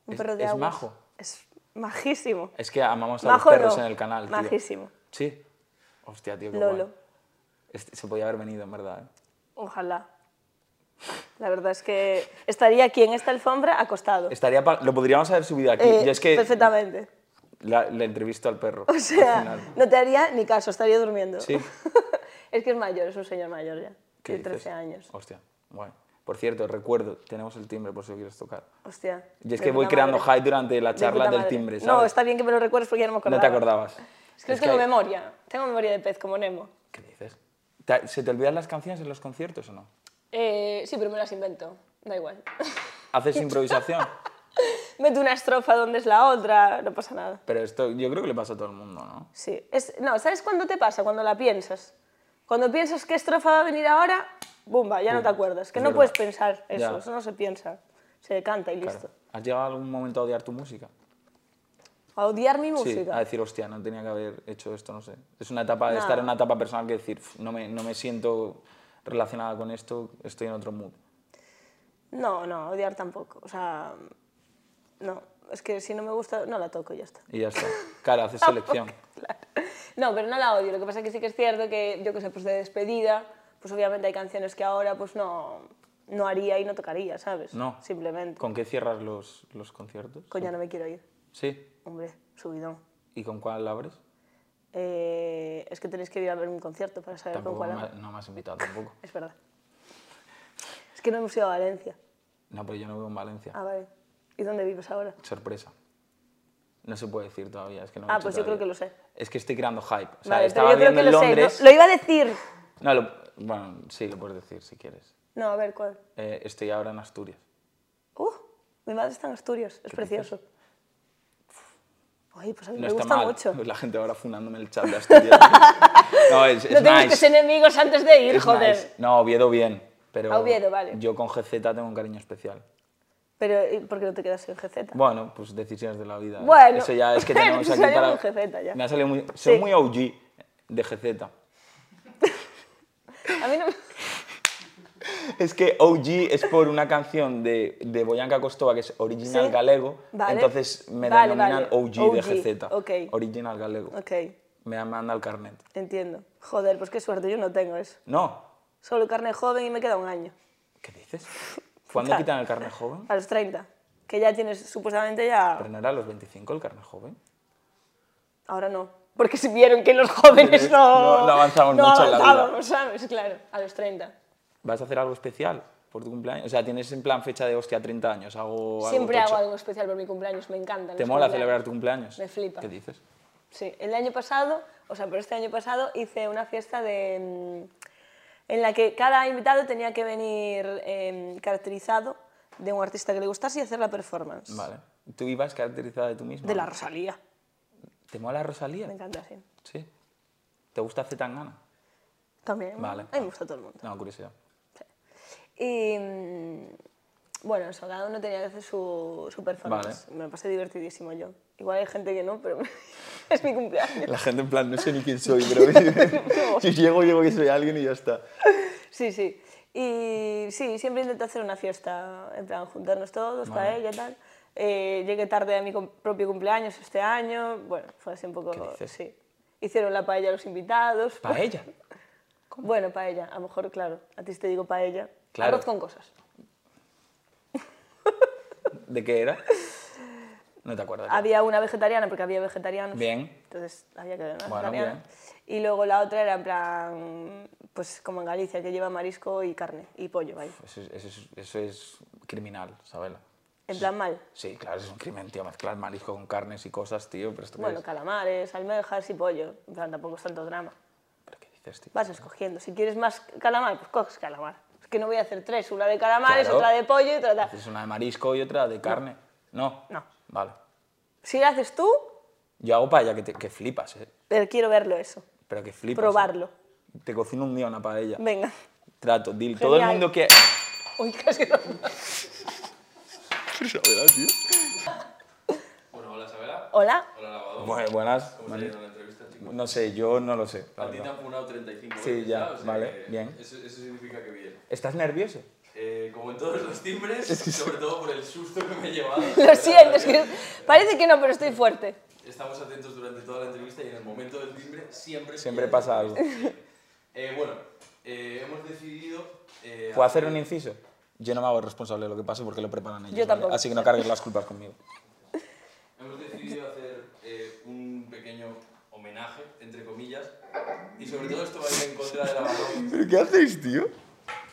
Un
Es-
perro de
es
agua.
majo.
Es majísimo.
Es que amamos a
Majo
los perros
no,
en el canal, tío.
Majísimo.
Sí. Hostia, tío, qué
Lolo.
guay. Este- se podía haber venido, en verdad. ¿eh?
Ojalá. La verdad es que estaría aquí en esta alfombra acostado.
Estaría pa- lo podríamos haber subido aquí.
Eh,
y es que
Perfectamente.
la, la entrevisto al perro.
O sea, no te haría ni caso, estaría durmiendo.
Sí.
es que es mayor, es un señor mayor ya. Tiene 13 años.
Hostia, guay. Por cierto, recuerdo, tenemos el timbre por si lo quieres tocar.
Hostia.
Y es
de
que voy
puta
creando
madre.
hype durante la
De
charla
puta
del
madre.
timbre, ¿sabes?
No, está bien que me lo recuerdes porque ya no me acordaba.
No te acordabas.
Es que no
Es
tengo
que-
memoria. Tengo memoria de pez, como Nemo.
¿Qué dices? ¿Te- ¿Se te olvidan las canciones en los conciertos o no?
Eh, sí, pero me las invento. Da igual.
¿Haces improvisación?
Meto una estrofa donde es la otra, no pasa nada.
Pero esto yo creo que le pasa a todo el mundo, ¿no?
Sí. Es, no, ¿sabes cuándo te pasa? Cuando la piensas. Cuando piensas qué estrofa va a venir ahora, bumba, ya no te
Bum,
acuerdas. Que
es
no
verdad.
puedes pensar eso,
Ya.
eso no se piensa. Se canta y listo.
Claro. ¿Has llegado a algún momento a odiar tu música?
A odiar mi
Sí, a
música.
decir, hostia, no tenía que haber hecho esto, no sé. Es una etapa,
No.
estar en una etapa personal que decir, "Pf, no me, no me siento relacionada con esto, estoy en otro mood.
No, no, odiar tampoco. O sea, no. Es que si no me gusta, no la toco y ya está.
Y ya está. Claro, haces selección.
No, pero no la odio. Lo que pasa es que sí que es cierto que, yo que sé, pues de despedida, pues obviamente hay canciones que ahora pues no, no haría y no tocaría, ¿sabes?
No.
Simplemente.
¿Con qué cierras los, los conciertos?
Coño, no me quiero ir.
Sí.
Hombre, subidón.
¿Y con cuál abres?
Eh, es que tenéis que ir a ver un concierto para saber
Tampoco
con
me
cuál.
ha-
hago.
no me has invitado tampoco.
Es verdad. Es que no hemos ido a Valencia.
No, pero yo no vivo en Valencia.
Ah, vale. ¿Y dónde vives ahora?
Sorpresa. No se puede decir todavía, es que no lo he
Ah,
hecho
pues yo creo
todavía.
que lo sé.
Es que estoy creando hype. O sea,
vale,
estaba
pero yo creo
viendo
que
en
lo
Londres.
sé. ¿no? Lo iba a decir.
No, lo- bueno, sí, lo puedes decir si quieres.
No, a ver, ¿cuál?
Eh, estoy ahora en Asturias.
Uh, mi madre está en Asturias. Es precioso. Ay, pues a
No
mí me
está
gusta
mal.
mucho.
La gente ahora fundándome en el chat de Asturias. no, es, es
No tenemos que
nice.
ser enemigos antes de ir,
Es
joder.
nice. No, Oviedo bien. Pero
A Oviedo, vale.
Yo con GZ tengo un cariño especial.
Pero, ¿y ¿por qué no te quedas en GZ?
Bueno, pues decisiones de la vida. ¿eh?
Bueno,
Eso ya es que tenemos
te
aquí
salió
para...
muy GZ ya.
Me ha salido muy... Soy
Sí.
muy OG de GZ.
A mí no
Es que OG es por una canción de, de Boyanca Costova que es original
Sí.
galego,
Vale.
entonces me
Vale,
denominan
vale.
OG, de
OG,
GZ,
ok.
original galego.
Ok,
Me manda el carnet.
entiendo. Joder, pues qué suerte, yo no tengo eso.
No,
Solo carne joven y me queda un año.
¿qué dices? ¿Cuándo
Claro.
quitan el carnet joven?
A los 30. Que ya tienes, supuestamente ya...
¿Pero no era a los 25 el carnet joven?
Ahora no. Porque si vieron que los jóvenes no...
No- no avanzamos mucho en la vida.
avanzábamos, ¿sabes? Claro, a los 30.
¿Vas a hacer algo especial por tu cumpleaños? O sea, tienes en plan fecha de hostia 30 años, hago algo
Siempre
tocho?
hago algo especial por mi cumpleaños, me encantan
¿Te
los
mola
cumpleaños.
celebrar tu cumpleaños?
Me flipa.
¿Qué dices?
Sí, el año pasado, o sea, por este año pasado hice una fiesta de, mm, en la que cada invitado tenía que venir em, caracterizado de un artista que le gustase y hacer la performance.
Vale. ¿Tú ibas caracterizada de tú misma?
De la Rosalía.
¿Te mola Rosalía?
Me encanta, sí.
Sí. ¿Te gusta Zetangana?
También.
Vale.
A mí me gusta todo el mundo.
No, curiosidad.
Y mm, bueno, eso, cada uno tenía que hacer su, su performance. Me lo pasé divertidísimo yo. Igual hay gente que no, pero es mi cumpleaños.
La gente en plan, no sé ni quién soy, pero si llego, llego que soy alguien y ya está.
Sí, sí. Y sí, siempre intento hacer una fiesta, en plan, juntarnos todos,
Vale.
paella y tal. Eh, llegué tarde a mi cum- propio cumpleaños este año, bueno, fue así un poco...
¿Qué dices?
Sí. Hicieron la paella los invitados.
¿Paella?
Bueno, paella, a lo mejor, claro, a ti te digo paella.
Claro.
Arroz con cosas.
¿De qué era? No te acuerdas. ya.
Había una vegetariana, porque había vegetarianos.
Bien.
Entonces había que ver una
Bueno,
vegetariana. Y luego la otra era en plan, pues como en Galicia, que lleva marisco y carne y pollo, ahí.
Pues Eso es, eso es- eso es criminal, Sabela.
En plan mal.
Sí, claro, eso es un crimen, tío, mezclar marisco con carnes y cosas, tío, pero esto qué
Bueno,
es?
calamares, almejas y pollo. En plan, tampoco es tanto drama.
¿Pero qué dices, tío?
Vas escogiendo. Si quieres más calamar, pues coges calamar. Es que no voy a hacer tres. Una de calamares,
Claro.
otra de pollo y otra de...
Haces una de marisco y otra de carne. No.
No.
Vale.
Si la haces tú,
Yo hago paella que, te- que flipas, ¿eh?
pero quiero verlo eso.
Pero que flipas. ¿eh?
Probarlo.
Te cocino un día una paella.
Venga.
Trato, deal. Todo el
Genial.
mundo que...
Uy, casi no.
Bueno, hola Isabela.
Hola.
Hola Lavadón.
Bu- buenas.
¿Cómo te ha ido la entrevista, chicos?
No sé, yo no lo sé. la
A ti te
verdad.
han funado 35
Sí,
veces,
ya,
¿sabes? O sea
vale,
que
bien.
Eso, eso significa que bien.
¿Estás nervioso?
Eh, como en todos los timbres, sobre todo por el susto que me he llevado.
Lo siento, es que parece que no, pero estoy fuerte.
Estamos atentos durante toda la entrevista y en el momento del timbre siempre...
Siempre pasa algo.
Sí. Eh, bueno, eh, hemos decidido... eh,
¿Puedo hacer un inciso? Yo no me hago responsable de lo que pase porque lo preparan ellos.
Yo
¿vale?
tampoco.
Así que no cargues las culpas conmigo.
Hemos decidido hacer eh, un pequeño homenaje, entre comillas, y sobre todo esto va a ir en contra de la balón,
¿Pero qué hacéis, tío?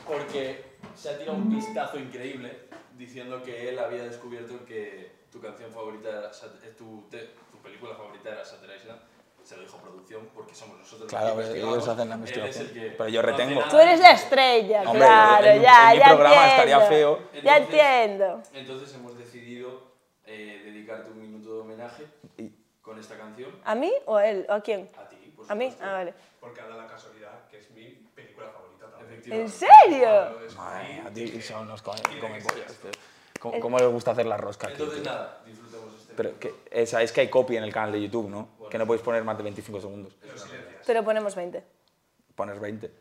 porque se ha tirado un vistazo increíble diciendo que él había descubierto que tu canción favorita era Sat- eh, tu, te- tu película favorita era Saturday Night. Night. Se lo dijo producción porque somos nosotros
Claro,
los que
ellos
investigamos.
hacen la
Él es
investigación.
el que
Pero yo
no hace
retengo.
nada.
Tú eres la estrella,
Hombre,
claro,
en- en
ya,
mi
ya
programa
entiendo.
estaría feo.
Ya
Entonces-
entiendo.
Entonces hemos decidido eh, dedicarte un minuto de homenaje
Y-
con esta canción
¿A mí o a él? ¿O a quién?
a ti, por
¿A mí?
supuesto.
Ah, vale.
Porque ha dado la casualidad que es mi película favorita también.
¿En
Efectivamente.
serio?
Cuando
Madre mía,
descubrí
tío,
que-
son unos come-
que
come-
ser así.
¿Cómo, cómo les gusta hacer las roscas? tío?
Entonces nada, disfrutemos este
Pero
momento.
que, eh, sabéis que hay copy en el canal de YouTube, ¿no? Que no podéis poner más de 25 segundos.
Pero silencias.
Pero ponemos 20.
Poner 20.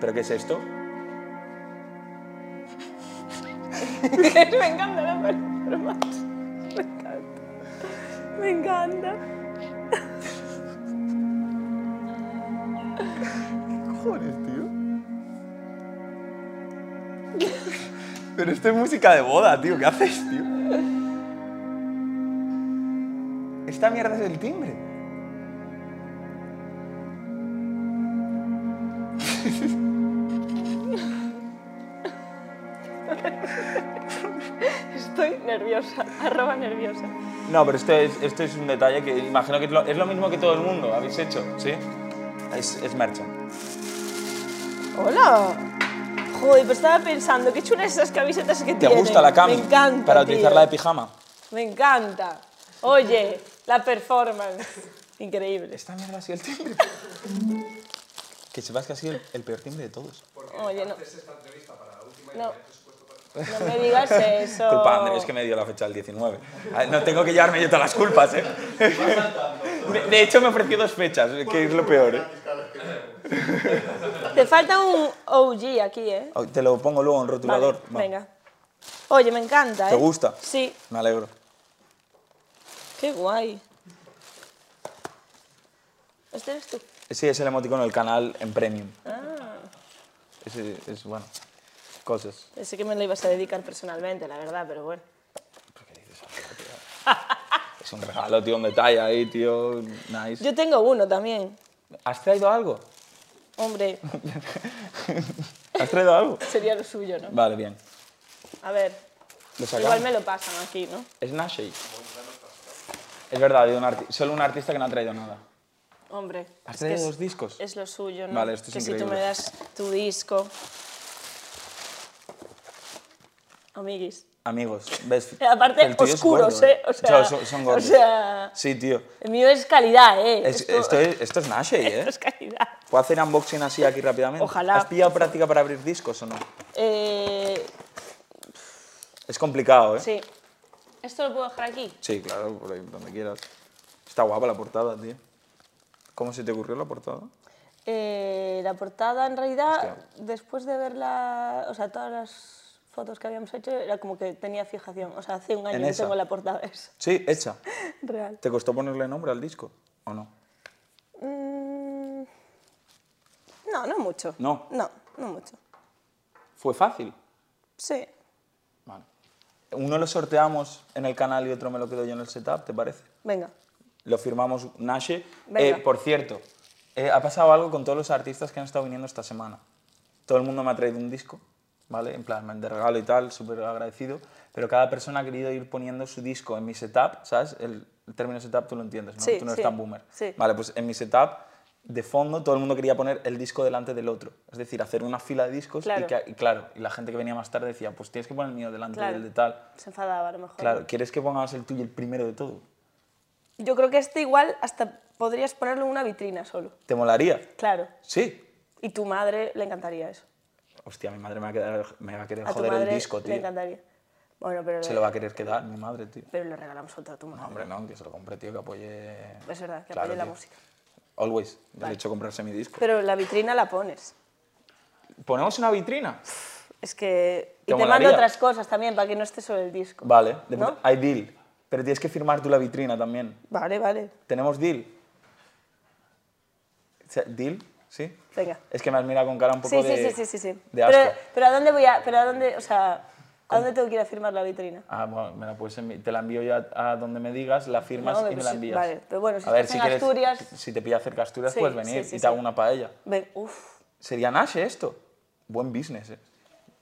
¿Pero qué es esto?
me encanta la performance. Me encanta. Me encanta.
cojones, tío? Pero esto es música de boda, tío. ¿Qué haces, tío? Esta mierda es el timbre.
Estoy nerviosa. Arroba nerviosa.
No, pero esto es, esto es un detalle que imagino que es lo, es lo mismo que todo el mundo habéis hecho, ¿sí? Es, es merchant.
Hola. Joder, pues estaba pensando, qué chulas esas camisetas que
¿Te
tienen.
gusta la cami?
Me encanta.
Para
tío.
utilizarla de pijama.
Me encanta. Oye, la performance. Increíble.
Esta mierda ha sido el timbre. que sepas que ha sido el, el peor timbre de todos.
Porque
Oye, no.
haces esta entrevista para la última y
No.
me has puesto para-
No me digas eso.
Culpa de Andrés que me dio la fecha del 19. Ah, No tengo que llevarme yo todas las culpas, ¿eh? De, de hecho, me ofreció dos fechas, que es lo peor, ¿eh?
Te falta un OG aquí, ¿eh?
Oh, Te lo pongo luego en rotulador.
Vale,
Va.
Venga. Oye, me encanta, ¿eh?
¿Te gusta?
Sí.
Me alegro.
Qué guay. Este eres tú.
Sí, es el emoticono del canal en premium.
Ah,
Ese es, bueno, cosas.
pensé que me lo ibas a dedicar personalmente, la verdad, pero bueno.
Es un regalo, tío, un detalle ahí, tío. Nice.
Yo tengo uno también.
¿Has traído algo?
Hombre,
¿Has traído algo?
sería lo suyo, ¿no?
Vale, bien.
A ver,
Lo sacamos.
igual me lo pasan aquí, ¿no?
Es Nashay. Es verdad, de un arti- solo un artista que no ha traído nada.
Hombre,
¿Has
es que
traído
es,
dos discos?
es lo suyo, ¿no?
Vale, esto es
que si tú
increíble.
me das tu disco. Amiguis.
Amigos, ves.
Aparte,
el tuyo es
oscuros,
gordo,
¿eh? O sea,
son, son gordos.
O sea,
sí, tío.
el mío es calidad, ¿eh?
Es-
Esto-
esto, es, esto es Nashay, ¿eh?
esto es calidad.
¿Puedo hacer unboxing así aquí rápidamente?
Ojalá.
¿Has pillado práctica para abrir discos o no?
Eh,
Es complicado, ¿eh?
sí. ¿Esto lo puedo dejar aquí?
Sí, claro, por ahí, donde quieras. Está guapa la portada, tío. ¿Cómo se te ocurrió la portada?
Eh, la portada, en realidad,
Hostia.
después de ver la, o sea, todas las fotos que habíamos hecho, era como que tenía fijación. O sea, hace un año
En
que
esa.
tengo la portada esa.
Sí, hecha.
Real.
¿Te costó ponerle nombre al disco o no?
Mm, no, no mucho.
No.
No, no mucho.
Fue fácil.
Sí.
Vale. Uno lo sorteamos en el canal y otro me lo quedo yo en el setup, ¿te parece?
Venga.
Lo firmamos Nashe.
Venga.
Eh, por cierto, eh, ha pasado algo con todos los artistas que han estado viniendo esta semana. Todo el mundo me ha traído un disco, ¿vale? En plan, me han de regalo y tal, súper agradecido. Pero cada persona ha querido ir poniendo su disco en mi setup, ¿sabes? El, el término setup tú lo entiendes, ¿no?
Sí,
tú no
sí,
eres tan boomer.
sí.
Vale, pues en mi setup, de fondo, todo el mundo quería poner el disco delante del otro. Es decir, hacer una fila de discos
Claro.
y, que- y claro, y la gente que venía más tarde decía, pues tienes que poner el mío delante
Claro.
del de tal.
Se enfadaba a lo mejor.
Claro, ¿quieres que pongamos el tuyo el primero de todo?
Yo creo que este igual hasta podrías ponerlo en una vitrina solo.
¿Te molaría?
Claro.
Sí.
Y tu madre le encantaría eso.
Hostia, mi madre me va a, quedar- me va a querer
A tu
joder el
madre
disco,
le
tío.
encantaría. Bueno, pero,
Se lo va a querer quedar mi madre, tío.
pero le regalamos otro a tu madre.
No, hombre, no, que se lo compre, tío, que apoye.
Es verdad, que
Claro,
apoye la
tío.
música.
Always. Ya Le
Vale.
he hecho comprarse mi disco.
Pero la vitrina la pones.
¿Ponemos una vitrina?
Es que...
Te
Y te mando
molaría.
otras cosas también, para que no esté solo el disco.
Vale, de-
¿No?
hay deal. Pero tienes que firmar tú la vitrina también.
Vale, vale.
¿Tenemos deal? O sea, ¿Deal? ¿Sí?
Venga.
Es que me has mirado con cara un poco
Sí,
de.
sí, sí, sí, sí, sí.
de
pero,
asco.
pero ¿a dónde voy a...? Pero ¿a dónde...? O sea, ¿a dónde tengo que ir a firmar la vitrina?
Ah, bueno, me la puedes envi- te la envío ya a donde me digas, la firmas
No,
y me
pues
la
sí,
envías.
vale, pero bueno, si
a ver,
estás
si
en
quieres,
Asturias-
si te pilla cerca Asturias,
Sí,
puedes
sí,
venir
sí,
y
sí.
te hago una paella.
Ven, uff.
Sería Nash esto. Buen business, eh.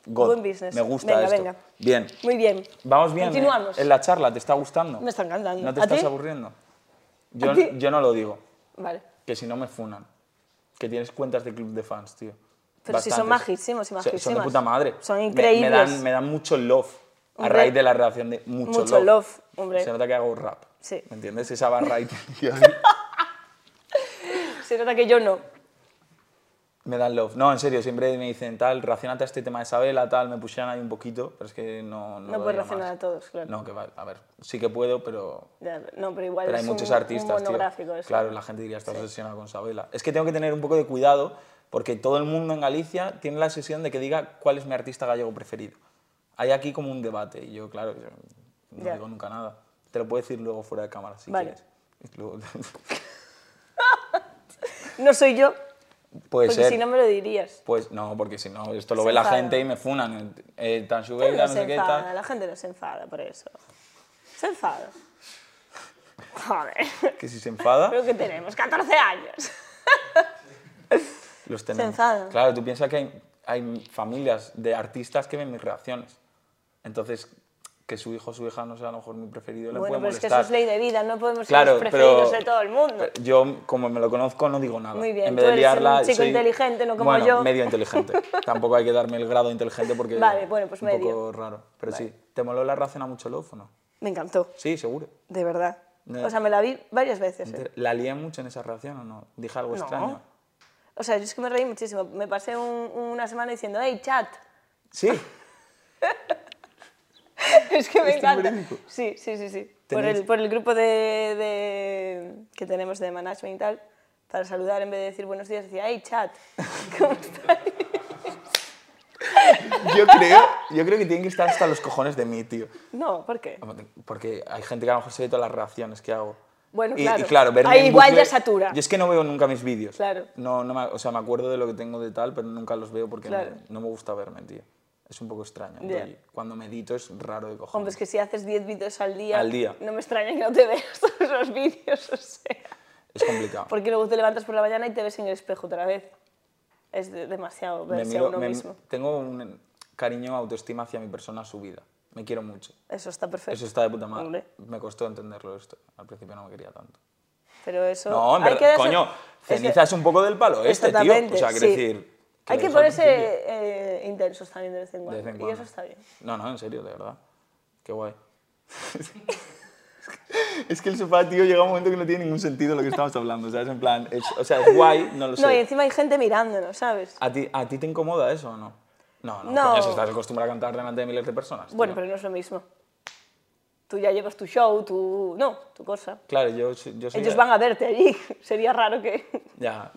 God.
Buen business.
Me gusta
Venga,
esto.
venga.
Bien.
Muy bien.
Vamos bien. eh,
Continuamos.
en la charla, ¿te está gustando?
Me está encantando.
¿No te
¿A
estás
ti?
aburriendo? Yo,
ti?
yo no lo digo.
Vale.
Que si no me funan. Que tienes cuentas de club de fans, tío.
Pero si son majísimos
So-
y
Son de
majísimas.
puta madre.
Son
Me- Me,
increíbles.
dan, me dan mucho love. A
Hombre.
raíz de la relación de mucho,
Mucho love, hombre.
Se nota que hago rap.
Sí.
¿Me entiendes? Esa barra ahí.
Se nota que yo no.
me dan love. No, en serio, siempre me dicen tal, reaccionate a este tema de Isabela, tal, me pusieron ahí un poquito, pero es que no. No, lo
No puedes
digo
reaccionar
más.
a todos, claro.
No, que va, a ver, sí que puedo, pero
Ya, No, pero igual
Pero
es
hay muchos
un,
artistas,
un
tío.
monográfico eso.
Claro, la gente diría, está obsesionada con Sabela. Es que tengo que tener un poco de cuidado porque todo el mundo en Galicia tiene la obsesión de que diga cuál es mi artista gallego preferido. Hay aquí como un debate y yo, claro, yo no
Ya.
digo nunca nada. Te lo puedo decir luego fuera de cámara, si
Vale.
quieres. Luego-
No soy yo,
Puede
porque
ser.
si no me lo dirías.
Pues no, porque si no, esto lo
Se
ve la
enfada.
gente y me funan. Eh, tan
Pero
Shubeira, no
no se
sé qué
enfada,
tal.
la gente no se enfada por eso. Se enfada. Joder,
Que si se enfada,
creo que tenemos 14 años.
los tenemos.
enfada.
Claro, tú piensas que hay, hay familias de artistas que ven mis reacciones. Entonces, que su hijo o su hija no sea a lo mejor mi preferido le
bueno,
puede
pero es que
molestar.
eso es ley de vida, no podemos
Claro,
ser
pero-
los preferidos de todo el mundo.
pero Yo, como me lo conozco, no digo nada.
Muy bien,
En vez
tú
de
eres un
liarla,
chico
soy-
inteligente, no como
bueno,
yo.
medio inteligente. Tampoco hay que darme el grado de inteligente porque
Vale, bueno, pues
un
medio.
poco raro. Pero sí, ¿te moló la ración a mucho lofo, no?
Me encantó,
Sí, seguro.
de verdad.
No.
O sea, me la vi varias veces. ¿eh?
¿La lié mucho en esa reacción o no? ¿Dije algo
No.
extraño?
O sea, yo es que me reí muchísimo. Me pasé un- una semana diciendo, hey, chat.
Sí,
Es que me
Esto es
encanta.
verídico.
sí, sí, sí, sí.
Este
Por
Tenéis-
el, por el grupo de, de- que tenemos de management y tal, para saludar, en vez de decir buenos días, decía, hey, chat.
yo creo, yo creo que tienen que estar hasta los cojones de mí, tío.
No, ¿por qué?
Porque hay gente que a lo mejor se ve todas las reacciones que hago.
Bueno,
y,
claro.
Y claro, verme
Ahí
en
igual
bucle-
ya satura.
Yo es que no veo nunca mis vídeos.
Claro.
No, no me- o sea, me acuerdo de lo que tengo de tal, pero nunca los veo porque
Claro.
no, no me gusta verme, tío. Es un poco extraño.
Ya.
rollo. Cuando medito es raro de cojones.
Hombre, es que si haces 10 vídeos al día,
Al día.
no me extraña que no te veas todos los vídeos, o sea.
Es complicado.
Porque luego te levantas por la mañana y te ves en el espejo otra vez. Es de- demasiado
Me
verse
miro-
a uno
me-
mismo.
Tengo un cariño, autoestima hacia mi persona subida. Me quiero mucho.
Eso está perfecto.
Eso está de puta madre.
Hombre.
Me costó entenderlo esto. Al principio no me quería tanto.
Pero eso.
No, en
hay
verdad,
que darse-
coño,
es que-
ceniza es un poco del palo este, tío.
Exactamente,
O sea, quiero
sí.
decir...
Hay
lo dije
que
al
ponerse
principio.
eh, intensos también de vez en
De
cuando.
vez en
Y
cuando.
eso está bien.
No, no, en serio, de verdad. Qué guay. es que el sofá, tío, llega un momento que no tiene ningún sentido lo que estamos hablando, ¿sabes? En plan, es- o sea, es guay, no lo sé. Ah,
No, y encima hay gente mirándonos, ¿sabes?
¿A, ti, ¿A ti te incomoda eso o no? No, no,
No.
coño, si estás acostumbrado a cantar delante de miles de personas. tío.
Bueno, pero no es lo mismo. Tú ya llevas tu show, tu... No, tu cosa.
Claro, yo, soy- yo soy...
Ellos van a verte allí. Sería raro que...
Ya,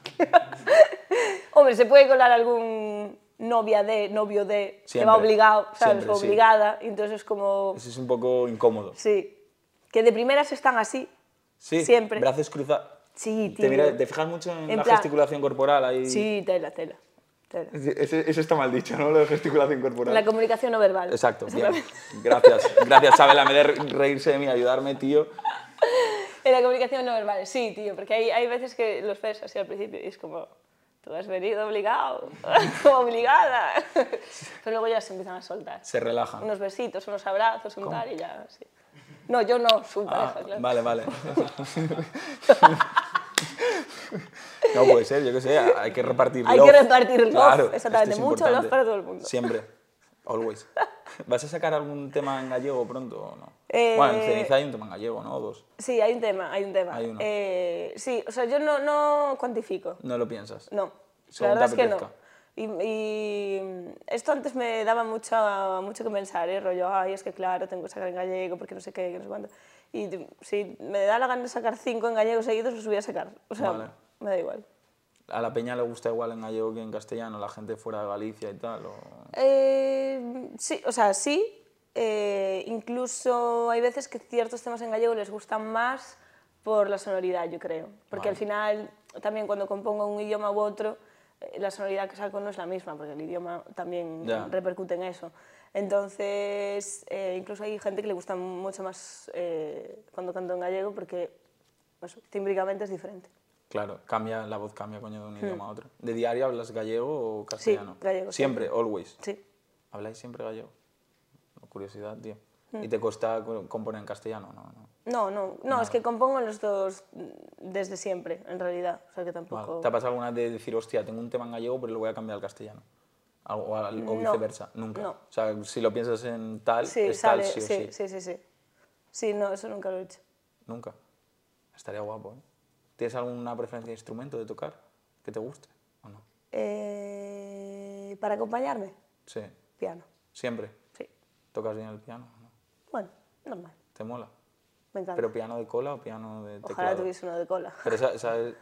Hombre, se puede colar algún novia de, novio de, que
Siempre,
va obligado, ¿sabes?
siempre, sí.
Obligada. Y entonces es como...
eso es un poco incómodo.
Sí. Que de primeras están así.
Sí,
Siempre.
brazos cruzados.
Sí, tío.
Te, mira- te fijas mucho en,
En
la
plan-
gesticulación corporal ahí?
Sí, tela, tela. tela.
Ese- ese- eso está mal dicho, ¿no? Lo de gesticulación corporal.
La comunicación no verbal.
Exacto, bien.
Exactamente.
Gracias, gracias, Sabela, me de reírse de mí, ayudarme, tío.
En la comunicación no verbal, sí, tío, porque hay, hay veces que los ves así al principio y es como, tú has venido obligado, como obligada. Pero luego ya se empiezan a soltar.
Se relajan.
Unos besitos, unos abrazos, un tal y ya, sí. No, yo no, su
Ah,
pareja, claro.
vale, vale. no puede ser, yo qué sé, hay que repartir
Hay
love.
que repartir love,
Claro,
exactamente,
esto es
mucho love
importante.
para todo el mundo.
Siempre, always. ¿Vas a sacar algún tema en gallego pronto o no?
Eh,
Bueno, en Ceniza hay un tema en gallego, ¿no? O dos.
Sí, hay un tema, hay un tema.
Hay uno.
Eh, sí, o sea, yo no, no cuantifico,
No lo piensas.
no.
Según
La verdad es
te
que no.
apetezca.
Y, y esto antes me daba mucho, mucho que pensar, ¿eh? rollo, ay, es que claro, tengo que sacar en gallego porque no sé qué, que no sé cuánto. Y t- si me da la gana de sacar cinco en gallego seguidos, los voy a sacar. O sea,
Vale.
me da igual.
¿A la peña le gusta igual en gallego que en castellano, la gente fuera de Galicia y tal? o-
Eh, sí, o sea, sí. eh, incluso hay veces que ciertos temas en gallego les gustan más por la sonoridad, yo creo. Porque al
Vale.
final, también cuando compongo un idioma u otro, eh, la sonoridad que saco no es la misma, porque el idioma también
Ya.
repercute en eso. Entonces, eh, incluso hay gente que le gusta mucho más eh, cuando canto en gallego porque eso, tímbricamente es diferente.
Claro, cambia, la voz cambia, coño, de un idioma a otro. ¿De diario hablas gallego o castellano?
Hmm. gallego,
Siempre, always.
Sí.
¿Habláis siempre gallego? Curiosidad, tío.
Hmm.
¿Y te cuesta co- componer en castellano? No, no.
No, no, no, es que compongo los dos mm, desde siempre, en realidad. O sea que
Vale.
tampoco.
¿Te ha pasado alguna vez de decir, hostia, tengo un tema en gallego, pero lo voy a cambiar al castellano? Al- O, al- o
No.
viceversa, nunca.
No.
O sea, si lo piensas en tal,
Sí,
es
sale,
tal sí o sí.
sí, sí, sí, sí. Sí, no, eso nunca lo he hecho.
Nunca. Estaría guapo, ¿eh? ¿Tienes alguna preferencia de instrumento de tocar que te guste o no?
Eh, ¿Para acompañarme?
Sí,
Piano,
siempre.
sí.
¿Tocas bien el piano? o no?
Bueno, normal,
¿Te mola?
me encanta.
¿Pero piano de cola o piano de teclado?
Ojalá tuviese uno de cola.
Pero esa- esa-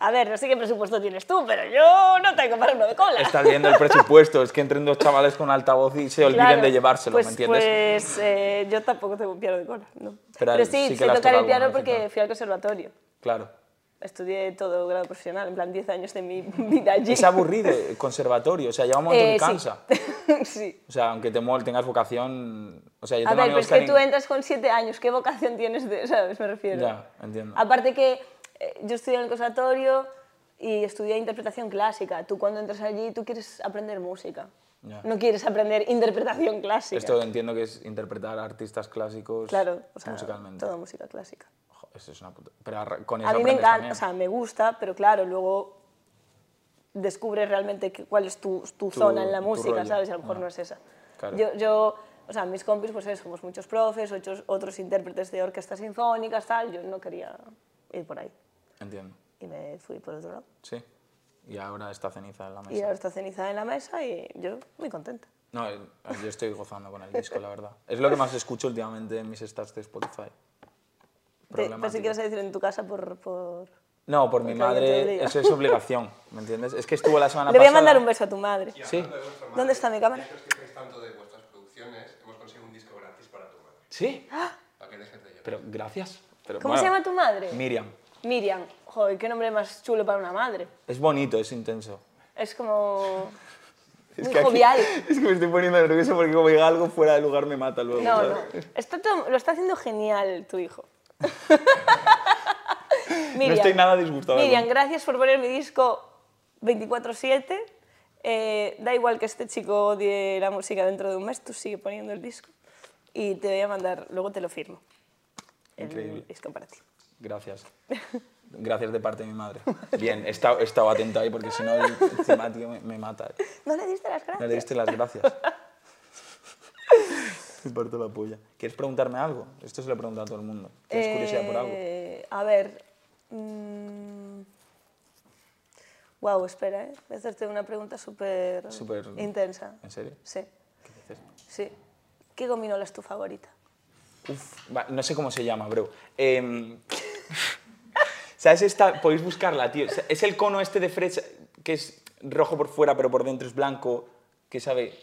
A ver, no sé qué presupuesto tienes tú, pero yo no tengo para uno de cola.
estás viendo el presupuesto, es que entren dos chavales con altavoz y se olviden
Claro,
de llevárselo,
pues,
¿me entiendes?
Pues eh, yo tampoco tengo un piano de cola, no.
Pero
Pero,
al- sí
sí,
que
sé
lo has
tocar
tocado
el piano
alguna vez,
porque
entonces.
fui al conservatorio.
Claro.
Estudié todo grado profesional, en plan 10 años de mi vida allí.
Es aburrido el conservatorio, o sea, lleva un montón
Eh,
que
sí.
cansa.
sí.
O sea, aunque te mol, tengas vocación... O sea, yo
A
tengo
ver, pero
amigos
es que
han-
tú entras con siete años, ¿qué vocación tienes de, sabes, me refiero?
Ya, entiendo.
Aparte que eh, yo estudié en el conservatorio y estudié interpretación clásica. Tú cuando entras allí, tú quieres aprender música.
Ya.
No quieres aprender interpretación clásica.
Esto entiendo que es interpretar artistas clásicos
claro, o sea,
musicalmente.
toda música clásica.
Jo, Eso es una puta... Pero arra- con eso
A mí me
aprendes
encanta,
también.
o sea, me gusta, pero claro, luego descubres realmente que- cuál es tu, tu zona en la
tu
música,
rollo.
¿sabes? Y a lo mejor
Ah,
no es esa.
claro.
Yo, yo, o sea, mis compis, pues eso, somos muchos profes, otros, otros intérpretes de orquestas sinfónicas, tal, yo no quería ir por ahí.
Entiendo,
Y me fui por otro lado.
sí. Y ahora esta ceniza en la mesa.
Y ahora está cenizada en la mesa y yo muy contenta. pues
No, eh, yo estoy gozando con el disco, la verdad. Es lo que más escucho últimamente en mis stats de Spotify.
pues Te, pensé
Problemático.
que ibas a decir en tu casa por... por...
No, por mi
Porque alguien te
madre,
obliga.
eso es obligación, ¿me entiendes? Es que estuvo la semana
Le voy a
pasada...
mandar un beso a tu madre.
Y
Sí.
hablando de vuestra madre,
¿Dónde está mi cámara?
Ya que os quejáis tanto de vuestras producciones, hemos conseguido un disco gratis para tu madre.
Sí,
Para que dejes de llorar.
pero gracias. Pero
¿Cómo se
bueno,
llama tu madre?
Miriam.
Miriam. Joder, qué nombre más chulo para una madre.
Es bonito, es intenso.
Es como...
Es
Muy
que aquí-
jovial.
es que me estoy poniendo nervioso porque como diga algo fuera de lugar me mata luego.
No, no.
¿sabes?
Está to- lo está haciendo genial tu hijo.
No estoy nada disgustado ¿eh? con-
Miriam, gracias por poner mi disco 24-7. Eh, da igual que este chico odie la música dentro de un mes, tú sigue poniendo el disco. Y te voy a mandar, luego te lo firmo. El
Increíble.
disco para ti.
Gracias. Gracias de parte de mi madre. Bien, he estado, he estado atento ahí porque si no, encima, tío, me, me mata.
¿No le diste las gracias?
No le diste las gracias. Me parto la polla. ¿Quieres preguntarme algo? Esto se lo he preguntado a todo el mundo. ¿Tienes curiosidad por algo?
Eh, A ver. Wow, espera, ¿eh? Voy a hacerte una pregunta súper
Súper-
intensa.
¿En serio?
Sí,
¿Qué dices?
sí. ¿Qué gominola es tu favorita?
Uf, va, no sé cómo se llama, bro. Em, ¿Sabes esta? Podéis buscarla, tío. Es el cono este de fresa que es rojo por fuera, pero por dentro es blanco. Que sabe.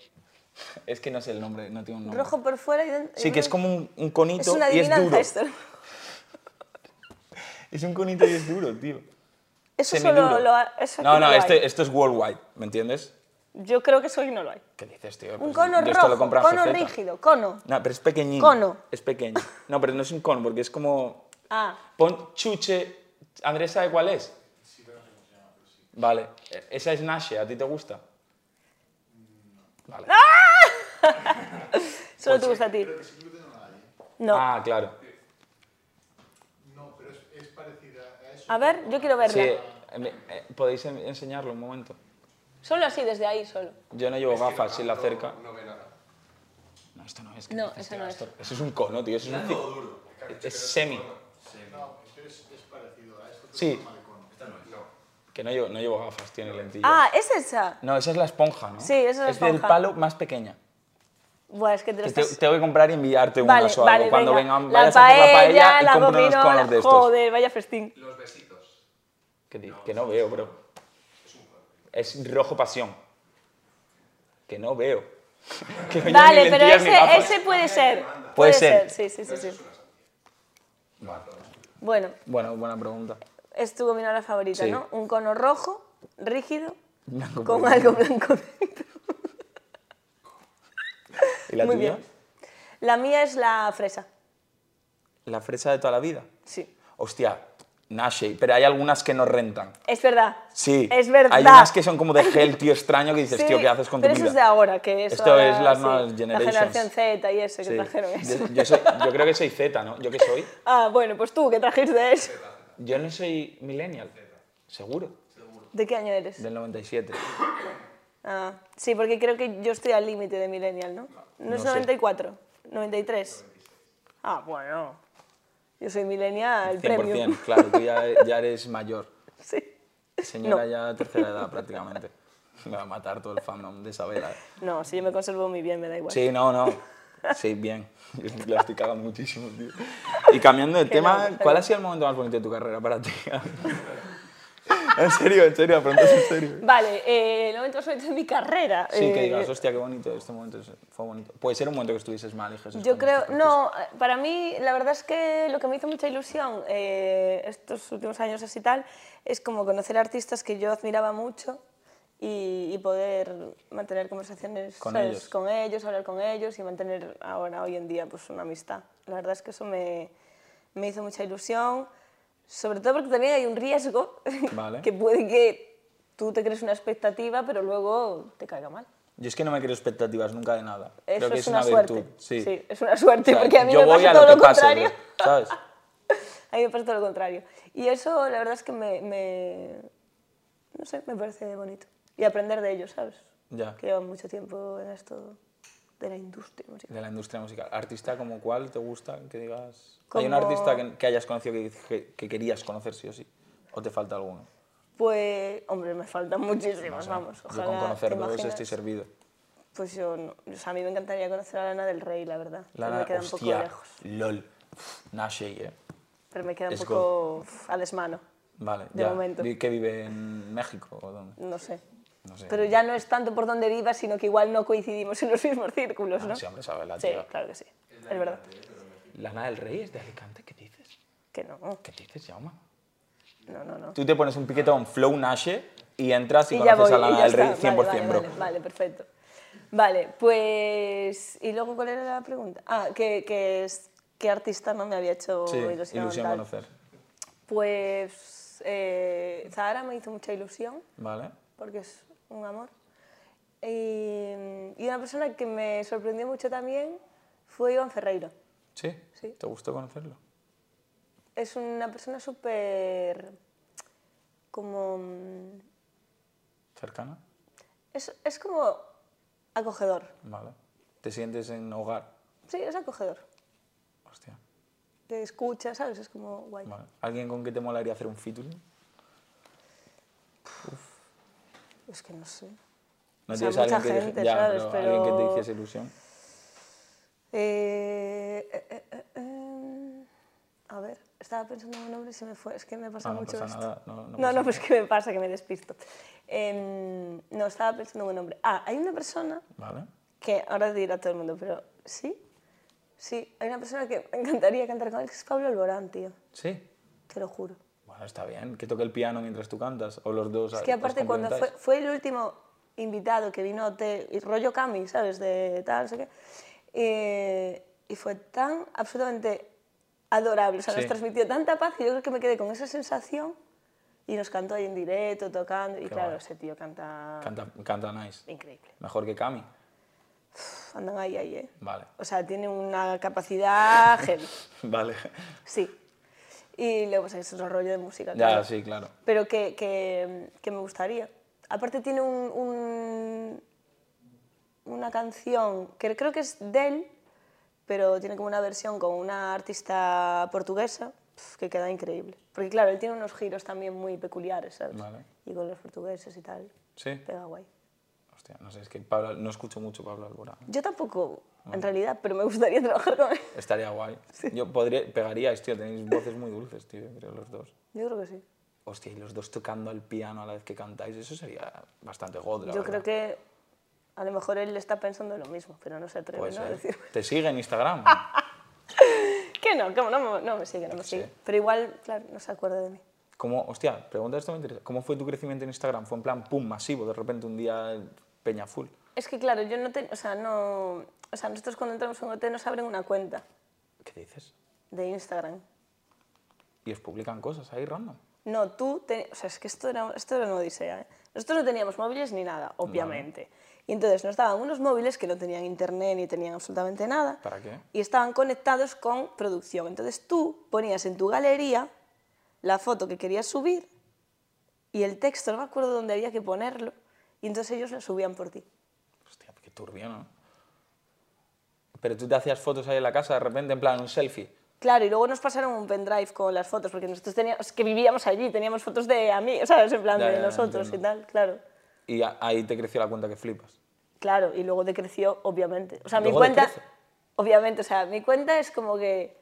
Es que no sé el nombre, no tiene un nombre.
Rojo por fuera y dentro.
Sí, que es como un, un conito
Es una
y es duro.
adivinanza esto.
Es un conito y es duro, tío.
Eso
Semiduro.
solo lo ha- eso aquí
no, no,
lo
este-
hay.
esto es worldwide, ¿me entiendes?
Yo creo que eso hoy no lo hay.
¿Qué dices, tío?
Un
Pues
cono
yo esto lo
rojo,
compro en
cono
GZ.
rígido, cono.
No, pero es pequeñín.
Cono.
Es pequeño. No, pero no es un cono, porque es como...
Ah,
Pon chuche... ¿Andrés sabe cuál es? Vale. E- Esa es Nashe, ¿a ti te gusta? Vale.
solo te gusta a ti.
Pero que sin gluten no la hay. ¿eh?
No.
Pues Ah, claro.
No, pero es, es parecida a eso.
A ver, yo quiero
Sí,
verla.
eh, eh, podéis en- enseñarlo un momento.
Solo así, desde ahí, solo.
Yo no llevo gafas, si la acerca...
No, no ve nada.
No, esto no es. ¿qué
No,
dices,
eso
tío?
no es.
Esto- Eso es un cono, tío. Eso es un...
Blando
ci-
o duro.
Es semi.
No, esto es, es parecido a esto. pero
Sí.
es forma de cono.
No.
Que Que no llevo, no llevo gafas, tiene lentillas.
Ah, ¿es esa?
No, esa es la esponja, ¿no?
Sí, esa es la
Es
esponja.
del palo más pequeña.
Buah, es que te lo
Que te,
estás...
tengo que comprar y enviarte
vale,
unas o algo.
vale,
Cuando
venga.
vengan,
la
vayas a hacer la paella y
la
compra unos
gominola,
conos de estos.
Joder, vaya festín.
Los besitos.
Que, di- que no veo, bro. Es rojo pasión. Que no veo. Que no llevo
Vale,
ni
pero
lentillas ni
ese,
gafas.
ese puede ser. Puede,
ser.
Sí, sí, sí, sí.
Vale.
Bueno,
Bueno, buena pregunta.
es tu gominola favorita,
Sí.
¿no? Un cono rojo, rígido,
Blanco
con
por-
algo blanco dentro.
¿Y la
Muy
tuya?
bien. La mía es la fresa.
La fresa de toda la vida.
Sí.
Hostia, nashe. Pero hay algunas que no rentan.
Es verdad.
Sí.
Es verdad.
Hay unas que son como de gel, tío, extraño, que dices,
Sí,
tío, ¿qué haces con tu
pero
vida?
eso es de ahora, que es
Esto
ahora,
es las
sí,
nuevas
La
generations.
generación Z y eso,
Sí.
que trajeron eso.
Yo, yo soy- yo creo que soy Z, ¿no? ¿Yo qué soy?
Ah, bueno, pues tú, que trajiste eso.
Yo no soy millennial. Seguro.
¿De qué año eres?
Del 97.
Ah, sí, porque creo que yo estoy al límite de millennial, ¿no? No,
No
es
sé.
94, 93. Ah, bueno. Yo soy millennial
100%,
premium.
claro, tú ya, ya eres mayor.
Sí.
Señora
No.
ya tercera edad prácticamente. Me va a matar todo el fandom de Isabela.
No, si yo me conservo muy bien, me da igual.
Sí, no, no. Sí, bien. La estoy cagando muchísimo, tío. Y cambiando de
Que no,
tema,
está
¿cuál ha
bien.
sido el momento más bonito de tu carrera para ti? en serio, en serio, preguntas en serio.
Vale, eh, el momento más bonito de mi carrera.
Sí, que
eh,
digas, hostia, qué bonito, este momento es- fue bonito. Puede ser un momento que estuvieses mal, hija.
Yo creo, no, eh, para mí la verdad es que lo que me hizo mucha ilusión eh, estos últimos años así tal es como conocer artistas que yo admiraba mucho y, y poder mantener conversaciones
Con
¿sabes?
ellos.
con ellos, hablar con ellos y mantener ahora, hoy en día, pues una amistad. La verdad es que eso me, me hizo mucha ilusión, sobre todo porque también hay un riesgo
Vale.
que puede que tú te crees una expectativa pero luego te caiga mal.
Yo es que no me creo expectativas nunca de nada.
Eso
creo que
es,
es
una,
virtud.
suerte.
Sí.
es una suerte,
O sea,
porque a mí
yo
me
voy
pasa
a
todo lo,
que pase,
contrario.
bro, ¿Sabes?
A mí me parece todo lo contrario. Y eso, la verdad es que me, me- No sé, me parece bonito. Y aprender de ellos, ¿sabes?
Ya.
Que llevan mucho tiempo en esto de la industria musical.
De la industria musical. ¿Artista como cuál te gusta? Que digas. ¿Hay un
Como-
artista que, que hayas conocido que, que- que querías conocer sí o sí? ¿O te falta alguno?
Pues, hombre, me faltan muchísimos, vamos. Ojalá.
yo con conocer
¿te
dos este
imaginas?
estoy servido.
Pues yo no. O sea, a mí me encantaría conocer a Lana del Rey, la verdad. pero
Lana,
me queda un poco
hostia,
lejos.
lol. Pff, Nashe, eh.
Pero me queda un
Let's
poco uf, al desmano,
Vale,
De
ya.
momento.
Vi- ¿Que vive en México o dónde?
no sé.
No sé.
Pero ya no es tanto por donde vivas, sino que igual no coincidimos en los mismos círculos, ¿no?
Ah, sí, hombre, sabe la
Sí,
tía.
claro que sí. Es verdad.
¿Lana del Rey es de Alicante? ¿Qué dices?
Que no.
¿Qué dices, Jaume?
No, no, no.
Tú te pones un piquetón flow Nashe y entras y,
Y ya
conoces
voy.
a
y
Lana
ya
del Rey
está.
100%,
vale, vale,
bro.
Vale, vale, perfecto. Vale, pues. ¿Y luego cuál era la pregunta? Ah, que, que es. ¿Qué artista no me había hecho
Sí,
ilusión?
ilusión
tal?
conocer.
Pues. Eh, Zahara me hizo mucha ilusión.
Vale.
porque es un amor. Y, y una persona que me sorprendió mucho también fue Iván Ferreiro.
¿Sí?
Sí.
¿Te gustó conocerlo?
Es una persona súper... como... mm,
¿Cercana?
Es, es como acogedor.
Vale. ¿Te sientes en hogar?
Sí, es acogedor.
Hostia.
Te escucha, ¿sabes? Es como guay.
Vale. ¿Alguien con que te molaría hacer un featuring?
Es que no sé.
No
O sea,
tienes a alguien
mucha
que te-
gente,
ya,
¿sabes?
pero alguien que te
Pero-
hiciese ilusión.
Eh, eh, eh, eh, eh, a ver, estaba pensando en un nombre y se me fue. Es que me pasa
Ah, no
mucho
pasa
esto.
nada, no- no
no,
pasa
pues que me pasa, que me despisto. Em, no, estaba pensando en un nombre. Ah, hay una persona
Vale.
que ahora dirá todo el mundo, pero sí, sí, hay una persona que me encantaría cantar con él, que es Pablo Alborán, tío.
Sí.
Te lo juro.
Bueno, está bien. Que toque el piano mientras tú cantas. O los dos. ah,
Es que aparte cuando fue, fue el último invitado que vino te, y rollo Cami, ¿sabes? De tal, no sé qué. eh, y fue tan absolutamente adorable, o sea, nos
Sí.
transmitió tanta paz que yo creo que me quedé con esa sensación y nos cantó ahí en directo, tocando. Y
Qué
claro,
guay.
ese tío canta,
Canta, canta nice.
increíble.
Mejor que Cami.
Uf, Andan ahí, ahí, ¿eh?
Vale.
O sea, tiene una capacidad heavy,
Vale.
sí. Y luego, pues, es otro rollo de música.
Ya,
claro.
sí, claro.
pero que, que- que me gustaría. Aparte tiene un, un- una canción que creo que es de él, pero tiene como una versión con una artista portuguesa, pf, que queda increíble. Porque claro, él tiene unos giros también muy peculiares, ¿sabes?
Vale.
Y con los portugueses y tal,
Sí.
pega guay.
Hostia, no sé, es que Pablo, no escucho mucho Pablo Alborán.
Yo tampoco, en realidad, pero me gustaría trabajar con él.
Estaría guay. Yo podría, pegaríais, tío, tenéis voces muy dulces, tío, creo los dos.
Yo creo que sí.
Hostia, y los dos tocando al piano a la vez que cantáis, eso sería bastante god, Pues la
Yo
verdad.
creo que a lo mejor él está pensando lo mismo, pero no se atreve
Puede
¿no? a
ser.
decirme.
¿Te sigue en Instagram?
Que no, como no, me- no me sigue, no me
Sí.
sigue. Pero igual, claro, no se acuerda de mí.
¿Cómo, hostia, pregunta esto me interesa. ¿Cómo fue tu crecimiento en Instagram? ¿Fue en plan, pum, masivo, de repente un día peña full?
Es que claro, yo no tengo, o sea, no, o sea, nosotros cuando entramos en OT nos abren una cuenta
¿Qué dices?
de Instagram.
Y os publican cosas ahí random.
No, tú, te- o sea, es que esto era, esto era una odisea, ¿eh? Nosotros no teníamos móviles ni nada, obviamente. Y entonces nos daban unos móviles que no tenían internet ni tenían absolutamente nada.
¿Para qué?
Y estaban conectados con producción. Entonces tú ponías en tu galería la foto que querías subir y el texto, no me acuerdo dónde había que ponerlo, y entonces ellos lo subían por ti.
Hostia, qué turbio, ¿no? Pero tú te hacías fotos ahí en la casa de repente, en plan, un selfie.
Claro, y luego nos pasaron un pendrive con las fotos, porque nosotros teníamos, es que vivíamos allí, teníamos fotos de amigos, ¿sabes? En plan
Ya,
de
ya, ya,
nosotros y
entiendo.
tal, claro.
Y a- ahí te creció la cuenta que flipas.
Claro, y luego decreció, obviamente. O sea, mi
Luego
cuenta.
decrece.
Obviamente, o sea, mi cuenta es como que.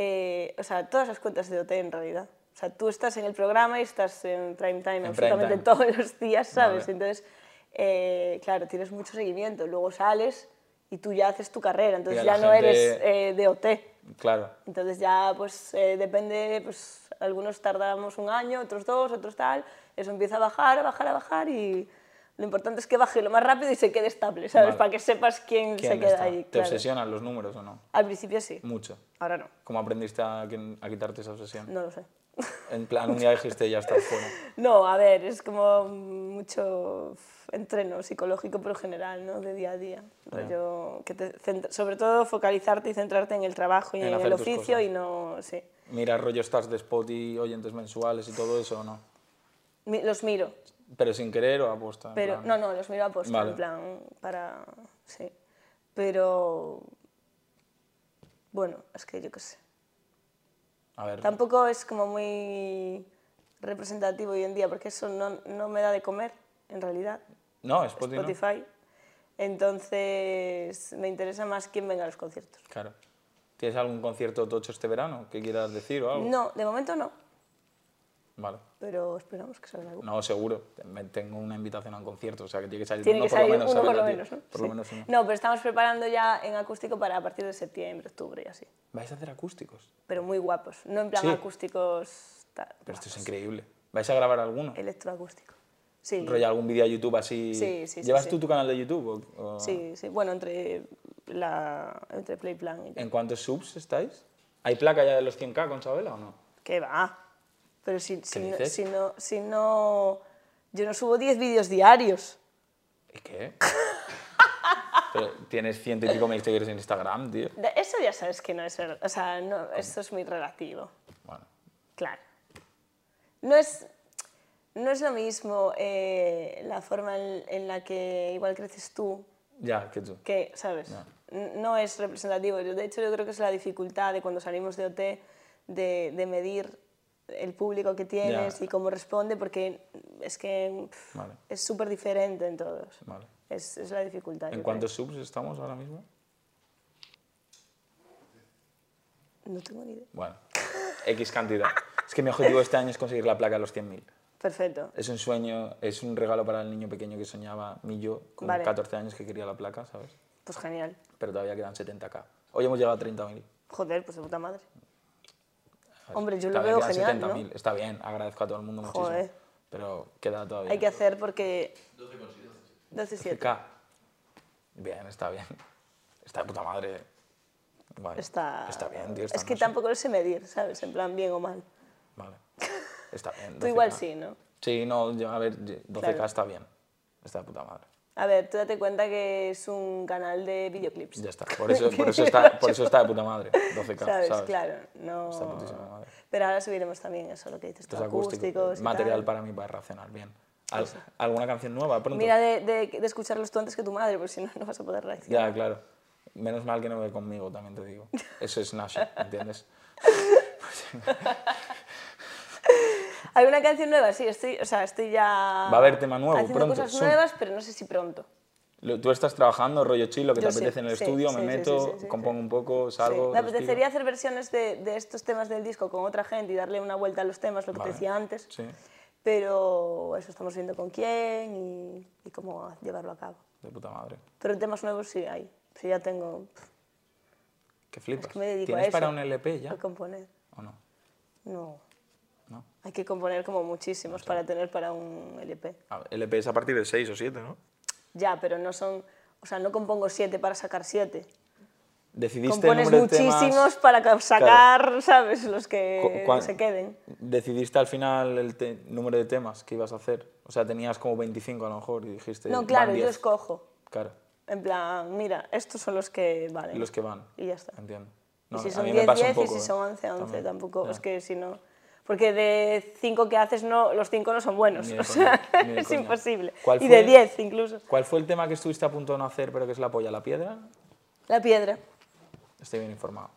eh, o sea, todas las cuentas de OT en realidad. O sea, tú estás en el programa y estás en prime time
prime
absolutamente
time.
todos los días, ¿sabes?
Vale.
Entonces, eh, claro, tienes mucho seguimiento. Luego sales y tú ya haces tu carrera, entonces
a
ya
la
no
gente-
eres eh, de OT.
Claro.
Entonces ya, pues eh, depende, pues algunos tardamos un año, otros dos, otros tal. Eso empieza a bajar, a bajar, a bajar y lo importante es que baje lo más rápido y se quede estable, ¿sabes?
Vale.
Para que sepas quién,
¿Quién
se queda
está?
ahí.
¿Te Mm.
claro.
obsesionan los números o no?
Al principio sí,
Mucho.
ahora no,
¿Cómo aprendiste a, que- a quitarte esa obsesión?
no lo sé.
En plan, un día dijiste, ya estás fuera.
No, a ver, es como mucho f- entreno psicológico, pero general, ¿no? De día a día. Rollo que te centra- sobre todo focalizarte y centrarte en el trabajo y
En
en,
hacer
el
tus
oficio
cosas.
y no, sí.
Mira, rollo estás de spot y oyentes mensuales y todo eso o no.
Mi- Los miro,
Pero sin querer o aposta. en
Pero,
plan?
no, no, los miro a posta,
Vale.
en plan, para... Sí. Pero... Bueno, es que yo qué sé.
A ver,
Tampoco es como muy representativo hoy en día, porque eso no, no me da de comer, en realidad,
no, Spotify. Pues no.
Spotify. Entonces, me interesa más quién venga a los conciertos.
Claro. ¿Tienes algún concierto tocho este verano que quieras decir o algo?
No, de momento no,
Vale.
pero esperamos que salga algo.
No, seguro. Me- Tengo una invitación a un concierto, o sea que tiene que salir
Tiene
uno
que
por lo
salir
menos,
uno por
¿sabes? Tío,
lo menos, ¿no?
Por
Sí.
lo menos uno.
No, pero estamos preparando ya en acústico para a partir de septiembre, octubre y así.
¿Vais a hacer acústicos?
pero muy guapos, no en plan
Sí.
acústicos, tal,
Pero esto es increíble. ¿Vais a grabar alguno?
electroacústico. Sí,
¿Rollo algún vídeo a YouTube así?
Sí, sí, sí,
¿Llevas
sí.
tú tu canal de YouTube? o- o-
sí, sí, bueno, entre, la, entre Playplan y yo.
¿En cuántos subs estáis? ¿Hay placa ya de los 100k con Chabela o no?
¿Qué va? Pero si, si, no,
dices?
si, no, si no... Yo no subo 10 vídeos diarios.
¿Y qué? Pero tienes ciento y pico mil seguidores en Instagram, tío.
Da- Eso ya sabes que no es verdad, o sea, no, eso es muy relativo,
Bueno,
claro. No es, no es lo mismo eh, la forma en, en la que igual creces tú
ya, que tú.
que, ¿sabes?
Ya.
N- No es representativo. Yo, De hecho, yo creo que es la dificultad de cuando salimos de OT de, de medir el público que tienes
Ya.
y cómo responde, porque es que pf,
Vale.
es súper diferente en todos.
Vale.
Es, es la dificultad.
¿En
yo
cuántos subs estamos ahora mismo?
creo. No tengo ni idea.
Bueno, X cantidad. Es que mi objetivo este año es conseguir la placa de los 100.000.
Perfecto.
Es un sueño, es un regalo para el niño pequeño que soñaba, mi yo, con
Vale.
14 años que quería la placa, ¿sabes?
Pues genial.
Pero todavía quedan 70k. Hoy hemos llegado a 30.000.
Joder, pues de puta madre.
¿sabes?
Hombre, yo lo
Todavía
veo
quedan
genial, ¿no?
70.000. Está bien, agradezco a todo el mundo muchísimo.
Joder.
Pero queda todavía.
Hay que hacer porque...
12 consigo.
12-7.
12K. Bien, está bien. Está de puta madre. Guay.
Está...
Está bien, tío.
es que
tampoco...
tampoco lo sé medir, ¿sabes? En plan, bien o mal.
Vale. Está bien.
Tú igual
12K.
sí, ¿no?
Sí, no, yo, a ver, yo- 12K
Claro.
está bien. Está de puta madre.
A ver, tú date cuenta que es un canal de videoclips.
Ya está. Por eso, por eso, está, por eso está de puta madre. 12K, ¿sabes?
¿Sabes? Claro, no...
Está putísima madre.
Pero ahora subiremos también eso, lo que dices, tú,
Los acústicos,
acústicos y
material
tal. Pues
para mí para racionar bien. Al- ¿Alguna canción nueva pronto?
Mira de, de- de escucharlos tú antes que tu madre, porque si no, no vas a poder reaccionar.
Ya, claro. Menos mal que no ve conmigo, también te digo. Eso es Nash, ¿entiendes?
¿Alguna canción nueva? Sí, estoy, o sea, estoy ya...
Va a haber tema nuevo
haciendo
pronto,
cosas
soon.
nuevas, pero no sé si pronto.
Lo- Tú estás trabajando, rollo chilo, que te
Yo sí,
apetece en el
sí,
estudio,
sí,
me
sí,
meto,
sí, sí, sí,
compongo
sí.
un poco,
Sí.
salgo.
Me
respiro.
apetecería hacer versiones de, de estos temas del disco con otra gente y darle una vuelta a los temas, lo que
Vale.
te decía antes.
Sí.
Pero eso estamos viendo con quién y, y cómo llevarlo a cabo.
De puta madre.
Pero temas nuevos sí hay. Sí, ya tengo pff,
Que flipas.
me dedico a
¿Tienes
eso.
para un LP ya?
que componer.
¿O no?
No,
¿No?
hay que componer como muchísimos para tener para un LP.
A ver, LP es a partir de 6 o 7, ¿no?
Ya, pero no son... O sea, no compongo siete para sacar siete.
Decidiste el
Compones
número de temas-
muchísimos para ca- sacar, ¿sabes? Los que
Cu- cuan-
se queden.
¿Decidiste al final el te- número de temas que ibas a hacer? O sea, tenías como 25 a lo mejor y dijiste.
No,
van
claro, yo
10.
escojo.
Claro,
En plan, mira, estos son los que valen.
los que van.
Y ya está.
Entiendo.
y si
a
son
mí
10,
me pasa
10
un
y
poco,
si
¿eh?
son 11, 11
También,
tampoco.
ya.
Es que si no... Porque de 5 que haces, no, los 5 no son buenos.
Ni de
o sea,
coña, ni de
es
coña.
imposible.
¿Cuál
Y
fue?
de 10 incluso.
¿Cuál fue el tema que estuviste a punto de no hacer, pero que es la polla? ¿La piedra?
La piedra.
Estoy bien informado.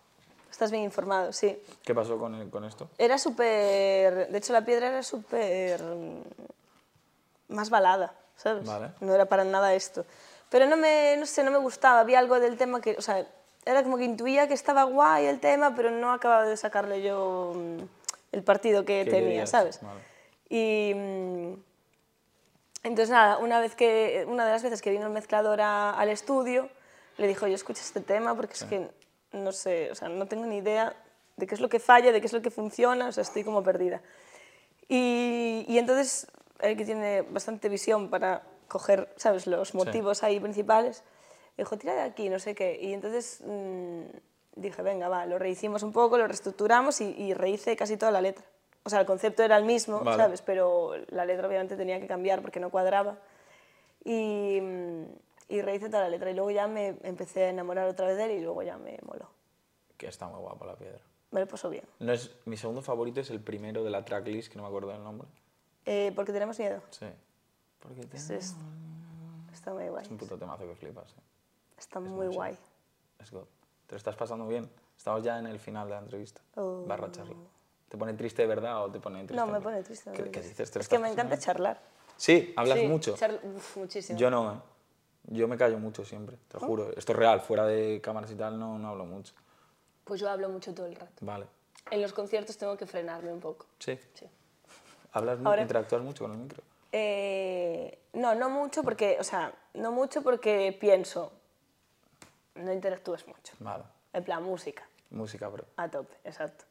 Estás bien informado, sí.
¿Qué pasó con, el- con esto?
Era súper... De hecho, la piedra era súper... mm, Más balada, ¿sabes?
Vale.
No era para nada esto. Pero no me, no sé, no me gustaba. Había algo del tema que... O sea, era como que intuía que estaba guay el tema, pero no acababa de sacarle yo mm, el partido que
¿Qué
tenía,
querías?
¿sabes?
Vale.
Y mm, entonces nada, una, vez que, una de las veces que vino el mezclador a- al estudio, le dijo, yo escucho este tema porque es que no sé, o sea, no tengo ni idea de qué es lo que falla, de qué es lo que funciona, o sea, estoy como perdida. Y, y entonces, él que tiene bastante visión para coger, ¿sabes?, los motivos ahí principales, me dijo, tira de aquí, no sé qué. Y entonces mm, dije, venga, va, lo rehicimos un poco, lo reestructuramos y, y rehice casi toda la letra. O sea, el concepto era el mismo,
Vale.
¿sabes? pues, Pero la letra obviamente tenía que cambiar porque no cuadraba. Y, mm, y rehice toda la letra. Y luego ya me empecé a enamorar otra vez de él y luego ya me moló.
Que está muy guapo la piedra.
Me lo puso bien.
No es, mi segundo favorito es el primero de la tracklist, que no me acuerdo del nombre.
Eh, porque tenemos miedo.
Sí. Porque te-
Es-
es,
es- está muy guay.
un puto temazo que flipas. eh.
Está muy guay.
Es God. ¿Te lo estás pasando bien? Estamos ya en el final de la entrevista.
Oh.
Barra charla. ¿Te pone triste de verdad o te pone triste?
No, me
hombre?
pone triste. me
¿Qué,
pone
qué
triste.
dices? ¿Te lo
Es que
estás
me
pasando
encanta
bien?
charlar.
Sí, hablas
Sí,
mucho.
charl- uf, muchísimo.
Yo no, ¿eh? Yo me callo mucho siempre, te lo juro. Esto es real, fuera de cámaras y tal no, no hablo mucho.
Pues yo hablo mucho todo el rato.
Vale.
En los conciertos tengo que frenarme un poco.
Sí.
Sí.
Hablas, mu-
Ahora-
interactúas mucho con el micro.
Eh, no, no mucho porque, o sea, no mucho porque pienso. No interactúas mucho.
Vale.
En plan, música,
Música, bro.
a tope, exacto.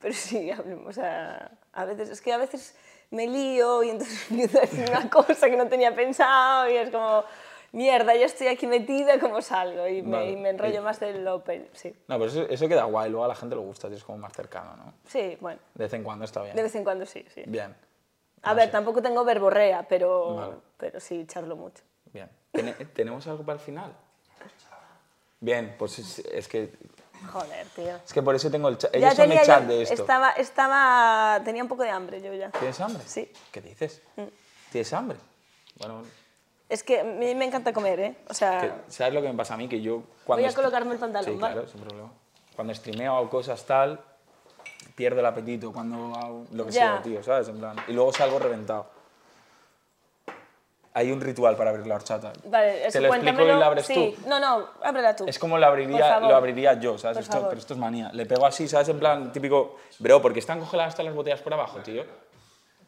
Pero sí, hablemos a, a veces, es que a veces me lío y entonces empiezo a decir una cosa que no tenía pensado y es como, mierda, ya estoy aquí metida, ¿cómo salgo? Y me,
Vale,
y me enrollo
y-
más del open, sí.
No, pero eso, eso queda guay, luego a la gente le gusta, es como más cercano, ¿no?
Sí, bueno,
De vez en cuando está bien.
de vez en cuando sí, sí.
Bien,
A ver, tampoco tengo verborrea, pero,
Vale.
pero sí charlo mucho.
bien. Tene- ¿Tenemos algo para el final? Bien, pues es, es que
Joder, tío.
es que por eso tengo el chat.
Ya
Ellos son el
tenía
chat
yo-
de esto.
Estaba, estaba, tenía un poco de hambre yo ya.
¿Tienes hambre?
Sí. Mm.
¿Qué dices? ¿Tienes hambre? Bueno,
Es que a mí me encanta comer, ¿eh? O sea,
que- ¿sabes lo que me pasa a mí? Que yo cuando...
voy a
est-
colocarme el pantalón,
Sí,
¿vale?
claro, sin problema. Cuando streameo o cosas tal, pierdo el apetito cuando hago lo que
Ya.
sea, tío, ¿sabes? En plan, y luego salgo reventado. Hay un ritual para abrir la horchata.
Vale, eso
Te lo explico
cuéntamelo.
y la abres
sí.
tú.
No, no, ábrela tú.
Es como lo
Por
abriría,
favor.
lo abriría yo, ¿sabes?
Por
Esto-
favor.
pero esto es manía. Le pego así, ¿sabes? En plan típico, bro, porque están congeladas todas las botellas por abajo, tío.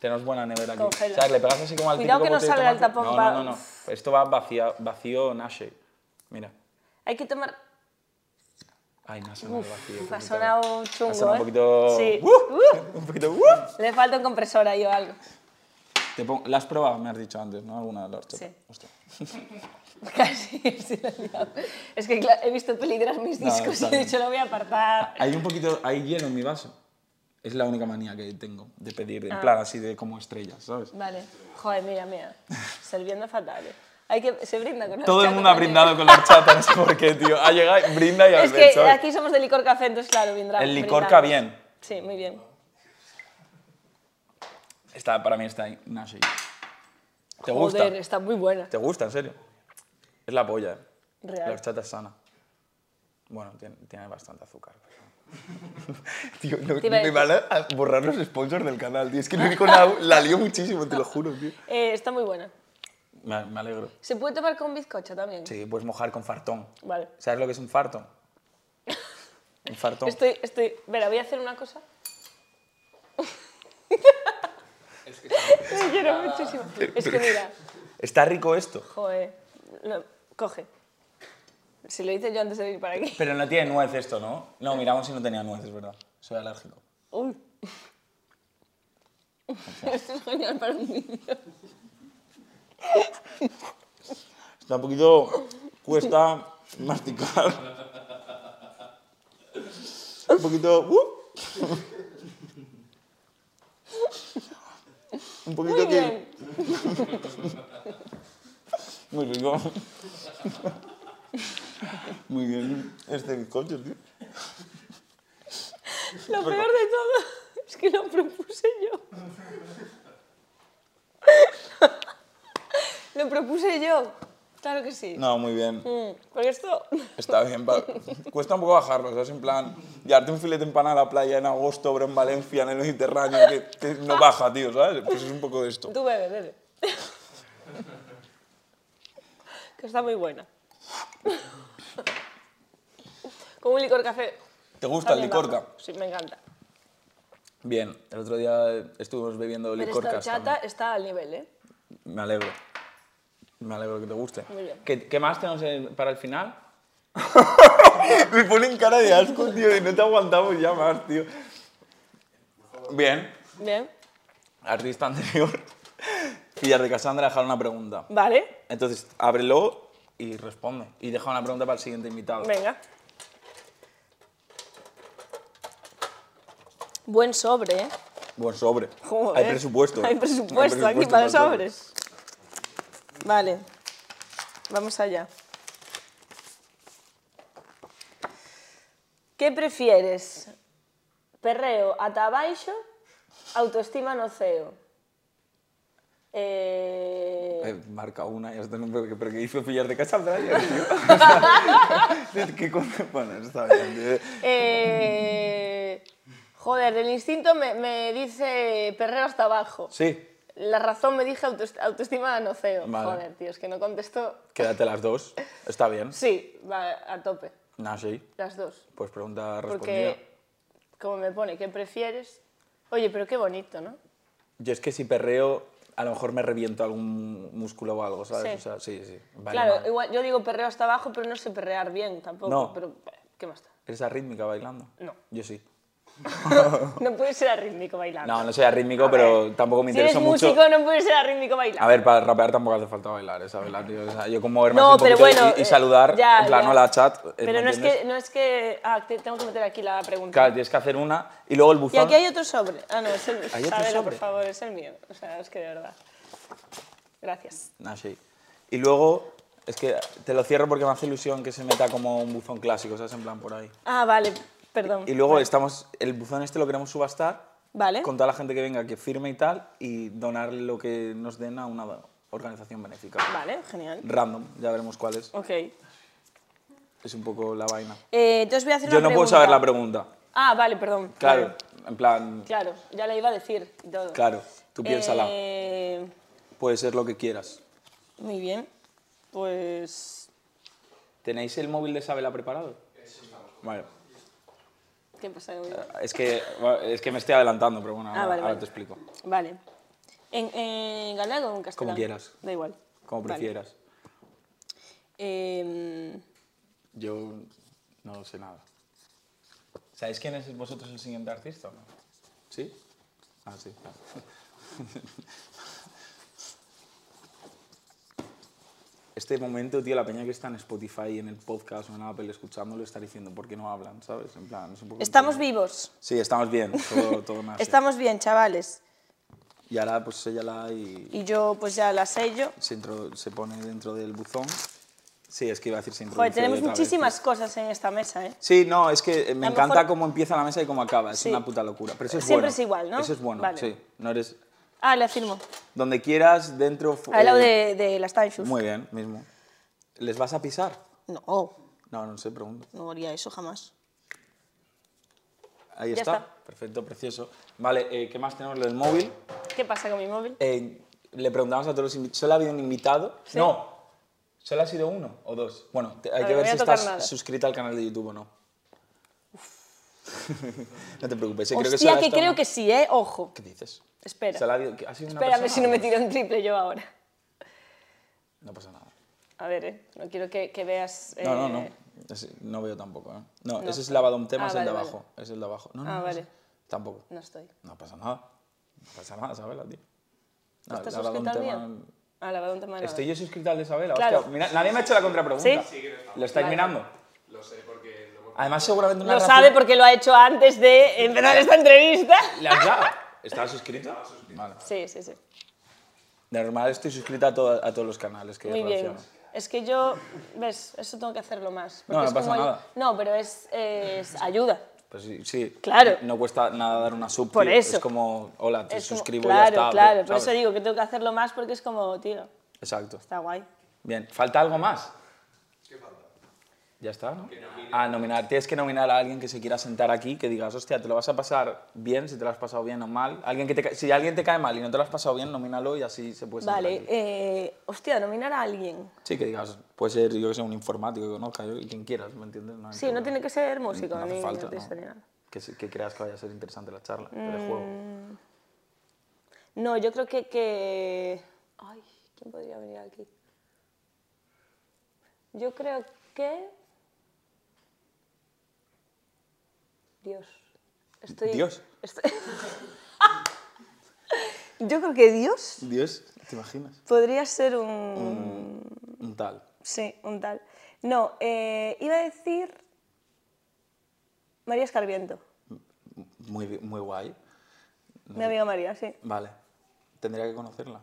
Tenemos buena nevera aquí.
Congela.
¿Sabes? Le pegas así como al
Cuidado
típico
que no
bote de
salga el
tomate.
tapón
No,
pa-
no, no, no. Esto va vacía, vacío Nashe. Mira.
Hay que tomar...
Ay, Nashe no vacío.
Ha
puta.
sonado chungo,
Ha sonado un
¿eh?
poquito...
Sí.
¡Uh! Un poquito... ¡uh!
Le falta un compresor ahí o algo.
Te pongo- La has probado, me has dicho antes, ¿no? Alguna de las chapas.
Sí.
Hostia.
Casi, sí, lo he liado. Es que claro, he visto peligros mis
No,
discos
está
y he
bien.
dicho, lo voy a apartar.
Hay un poquito... Hay hielo en mi vaso. Es la única manía que tengo de pedir,
Ah.
en plan así de como estrellas, ¿sabes?
Vale. Joder, mira, mira. Sirviendo fatal. ¿eh? Hay que... Se brinda con
Todo el
horchata,
mundo ha
coño.
brindado con la horchata, no sé por qué, tío. Ha llegado, y brinda y al
¿eh? Es que aquí somos de licor café, entonces claro, vendrá.
El licor
brindamos.
bien.
Sí, muy bien.
Está, para mí está ahí, Nashi. ¿Te gusta?
Joder, está muy buena.
¿Te gusta, en serio? Es la polla, eh. La
Real.
horchata es sana. Bueno, tiene, tiene bastante azúcar. pero- tío, no-
Te iba a
me
decir-
van a a borrar los sponsors del canal, tío. Es que no digo nada, la lío muchísimo, te lo juro, tío.
Eh, está muy buena.
Me, me alegro.
¿Se puede tomar con bizcocho también?
Sí, puedes mojar con fartón.
Vale.
¿Sabes lo que es un fartón? Un fartón.
Estoy, estoy... Verá, voy a hacer una cosa.
Es que está-
Me quiero muchísimo. Es que mira,
Está rico esto,
joder. lo- coge. Si lo hice yo antes de venir para aquí.
pero no tiene nuez esto, ¿no? No, miramos si no tenía nuez, es verdad. Soy alérgico.
Uy. Esto es genial para un niño.
Está un poquito... cuesta masticar. un poquito... ¡uh! un poquito
Muy
que-
bien.
Muy rico. Muy bien. Este bizcocho, tío.
Lo peor de todo es que lo propuse yo. Lo propuse yo. Claro que sí.
No, muy bien.
Mm, Porque esto...
Está bien, pa- cuesta un poco bajarlo, ¿sabes? En plan, llevarte un filete empanada a la playa en agosto, pero en Valencia, en el Mediterráneo, que, que no baja, tío, ¿sabes? Pues es un poco de esto.
Tú bebe, bebe. que está muy buena. Con un licor café.
¿Te gusta el
también
licorca?
bajo. Sí, me encanta.
Bien, el otro día estuvimos bebiendo
Pero esta
licorcas
horchata
también.
está al nivel, ¿eh?
Me alegro. Me alegro que te guste.
Muy bien.
¿Qué, qué más tenemos en- para el final? Me ponen cara de asco, tío, y no te aguantamos ya más, tío. Bien,
Bien,
artista anterior. Pillar de Casandra, dejar una pregunta.
vale.
Entonces, ábrelo y responde. Y deja una pregunta para el siguiente invitado.
Venga. Buen sobre, ¿eh?
Buen sobre.
Joder.
Hay presupuesto.
Hay presupuesto aquí para
el sobre.
sobres. Vale. Vamos allá. ¿Qué prefieres? Perreo ata abaixo, autoestima no ceo. Eh,
Eh, marca una, ya está. no, Pero, pero ¿qué hizo pillar de Casandra ayer, tío? Es que con- Bueno, está bien. tío.
eh, joder, el instinto me, me dice perreo hasta abajo.
Sí,
La razón me dije autoest- autoestima no ceo.
Vale.
Joder, tío, es que no contesto.
quédate las dos. Está bien.
Sí, va a tope,
No, sí.
las dos.
Pues pregunta respondida.
Porque, como me pone, ¿qué prefieres? Oye, pero qué bonito, ¿no?
Yo es que si perreo, a lo mejor me reviento algún músculo o algo, ¿sabes?
Sí.
O sea, sí, sí. Vale,
claro,
mal.
igual yo digo perreo hasta abajo, pero no sé perrear bien tampoco.
No.
Pero, bueno, ¿qué más da?
¿Eres arrítmica bailando?
No.
Yo sí.
No puedes ser arrítmico bailando.
No, no soy arrítmico,
A ver,
pero tampoco me
si eres
interesa mucho.
músico, no puedes ser arrítmico
A
bailando.
ver, para rapear tampoco hace falta bailar, es bailar, tío. O sea, yo como moverme
No,
así un
pero
poquito
bueno,
y, y
eh,
saludar,
ya,
en plan,
ya.
hola chat. eh,
pero
¿me
no es,
entiendes?
que, no es que... Ah, te- tengo que meter aquí la pregunta.
Claro, tienes que hacer una y luego el
Y
buzón.
aquí hay otro sobre. Ah, no, es el
¿Hay otro sobre?
Sabelo, por favor, es el mío. O sea, es que de verdad. Gracias.
Nah, sí. Y luego, es que te lo cierro porque me hace ilusión que se meta como un buzón clásico, ¿sabes? En plan, por ahí.
Ah, vale, perdón.
Y luego estamos, el buzón este lo queremos subastar
Vale.
con toda la gente que venga, que firme y tal, y donar lo que nos den a una organización benéfica.
Vale, genial.
Random, ya veremos cuál es.
Ok.
Es un poco la vaina.
Eh, entonces voy a hacer
Yo no
una
puedo
pregunta.
saber la pregunta.
Ah, vale, perdón.
Claro, en plan,
Claro, ya la iba a decir y todo.
claro, tú piénsala.
Eh,
Puede ser lo que quieras.
muy bien. Pues.
¿Tenéis el móvil de Sabela preparado? Vale.
¿Qué pasa? Muy bien.
Es que, bueno, es que me estoy adelantando, pero bueno,
Ah,
ahora,
vale,
ahora
vale.
te explico.
Vale. ¿En, en galego o en castellano?
quieras.
Da igual.
Como
Vale.
prefieras.
Eh,
Yo no sé nada. ¿Sabéis quién es vosotros el siguiente artista o no? ¿Sí? Ah, sí. claro. Este momento, tío, la peña que está en Spotify, en el podcast o en Apple escuchándolo, está diciendo por qué no hablan, ¿sabes? En plan, es un poco...
estamos
incómodo.
vivos.
Sí, estamos bien, todo, todo más.
Estamos bien, chavales.
Y ahora pues ella la y
Y yo, pues ya la sello.
se, intro- se pone dentro del buzón. Sí, es que iba a decir se
Joder,
introduce
tenemos
otra vez.
muchísimas cosas en esta mesa, ¿eh?
Sí, no, es que me
A lo
encanta
mejor-
cómo empieza la mesa y cómo acaba. Es
Sí.
una puta locura. Pero eso es
Siempre
bueno.
es igual, ¿no?
Eso es bueno,
Vale.
sí. No eres...
Ah, la firmo.
Donde quieras, dentro... fu-
Al lado
eh,
de, de las Time Shoes.
Muy bien, mismo. ¿Les vas a pisar?
No.
No, no sé, pregunto.
No haría eso jamás.
Ahí
Ya
está.
está.
Perfecto, precioso. Vale, eh, ¿qué más tenemos? Lo del móvil.
¿Qué pasa con mi móvil?
Eh, le preguntamos a todos los invitados. ¿Solo ha habido un invitado?
Sí.
No. ¿Solo ha sido uno o dos? Bueno, te- hay
A
que ver
ver, voy a
si
tocar
estás
nada.
suscrita al canal de YouTube o no. no te preocupes. eh, creo que
Hostia,
solo ha
que,
estado-
creo que sí, ¿eh? Ojo.
¿Qué dices?
Espera.
Solo ha habido- ¿Ha sido una
Espera, a
persona
ver si no
o
me
dos?
tiro un triple yo ahora.
No pasa nada.
A ver, ¿eh? No quiero que, que veas...
No, no,
eh,
no. Ese- no veo tampoco. ¿eh? No,
No.
ese es lavado un tema,
Ah,
es el de
vale, vale.
abajo. Es el de abajo. No, no,
Ah,
no,
vale.
ese- Tampoco.
No estoy.
No pasa nada. No pasa nada, Isabela, tío. No,
¿Estás
le ha dado un
suscrito al
tema-
mío? Ah, lavado un tema de
Estoy
nada.
yo suscrita al de Isabela.
Claro.
hostia, mira, nadie me ha hecho la contrapregunta.
¿Sí?
Sí, que lo estamos.
¿Lo estáis
Vale.
mirando?
Lo sé porque lo hemos-
Además, seguramente una
Lo
razón-
sabe porque lo ha hecho antes de empezar esta entrevista.
¿Le has dado? ¿Estás suscrito? Vale.
Sí, sí, sí.
De normal estoy suscrita a, todo- a todos los canales que
Muy bien.
relaciono.
Es que yo, ves, eso tengo que hacerlo más. porque
No, no
es
pasa
como ay-
nada.
No, pero es, es ayuda.
Pues sí, sí.
Claro.
No cuesta nada dar una sub.
Por
tío.
eso.
Es como, hola, te
Es como-
suscribo y ya
claro,
está.
claro. Por
¿sabes?
eso digo que tengo que hacerlo más porque es como, tío,
Exacto.
está guay.
Bien, ¿falta algo más? ¿Qué falta? Ya está, ¿no? Ah, nominar. Tienes que nominar a alguien que se quiera sentar aquí, que digas, hostia, te lo vas a pasar bien, si te lo has pasado bien o mal. Alguien que te ca- si alguien te cae mal y no te lo has pasado bien, nomínalo y así se puede sentar
Vale,
aquí.
eh, hostia, nominar a alguien.
Sí, que digas, puede ser, yo que sé, un informático que conozca, yo, quien quieras, ¿me entiendes? hay
Sí, no
problema.
tiene que ser músico
No hace
ni
falta,
artista
¿no?
ni nada. Mm.
Que, se- que creas que vaya a ser interesante la charla, el juego.
No, yo creo que, que... Ay, ¿quién podría venir aquí? Yo creo que... Dios. Estoy...
¿Dios?
estoy- yo creo que Dios
Dios, ¿te imaginas?
podría ser un...
Un tal.
Sí, un tal. No, eh, iba a decir... María Escarviento.
Muy, bi- muy guay.
Mi amiga María, sí.
Vale. Tendría que conocerla.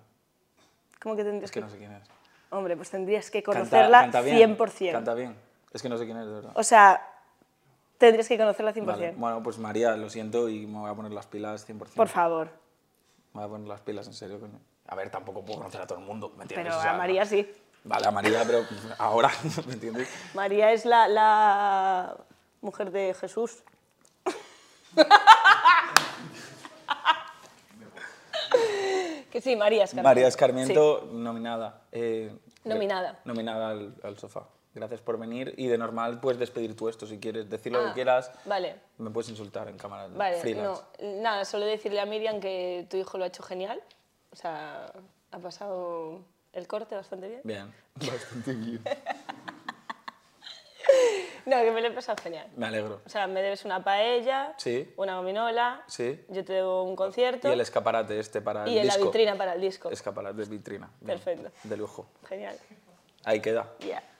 Como que tendrías
Es que no sé quién es.
Hombre, pues tendrías que
Canta-
conocerla
canta bien,
100%.
Canta bien. Es que no sé quién es, de verdad.
O sea, tendrías que conocerla 100%.
Vale. Bueno, pues María, lo siento y me voy a poner las pilas 100%.
Por favor.
Me voy a poner las pilas, en serio, coño. A ver, tampoco puedo conocer a todo el mundo, ¿me entiendes?
Pero
O sea,
a María sí.
Vale, a María, pero ahora, ¿me entiendes?
María es la, la mujer de Jesús. que sí, María Escarmiento.
María Escarmiento, nominada. eh,
Nominada.
Nominada al, al sofá. Gracias por venir y de normal puedes despedir tú esto si quieres, decir lo
Ah,
que quieras.
Vale,
Me puedes insultar en cámara.
vale.
freelance.
No, nada, solo decirle a Miriam que tu hijo lo ha hecho genial. O sea, ha pasado el corte bastante bien.
Bien. Bastante bien.
No, que me lo he pasado genial.
Me alegro.
O sea, me debes una paella,
Sí.
una gominola,
Sí.
yo te debo un concierto
Y el escaparate este para el
y la
disco.
vitrina para el disco.
Escaparate vitrina. Bien.
Perfecto.
De lujo.
Genial.
Ahí queda.
Yeah.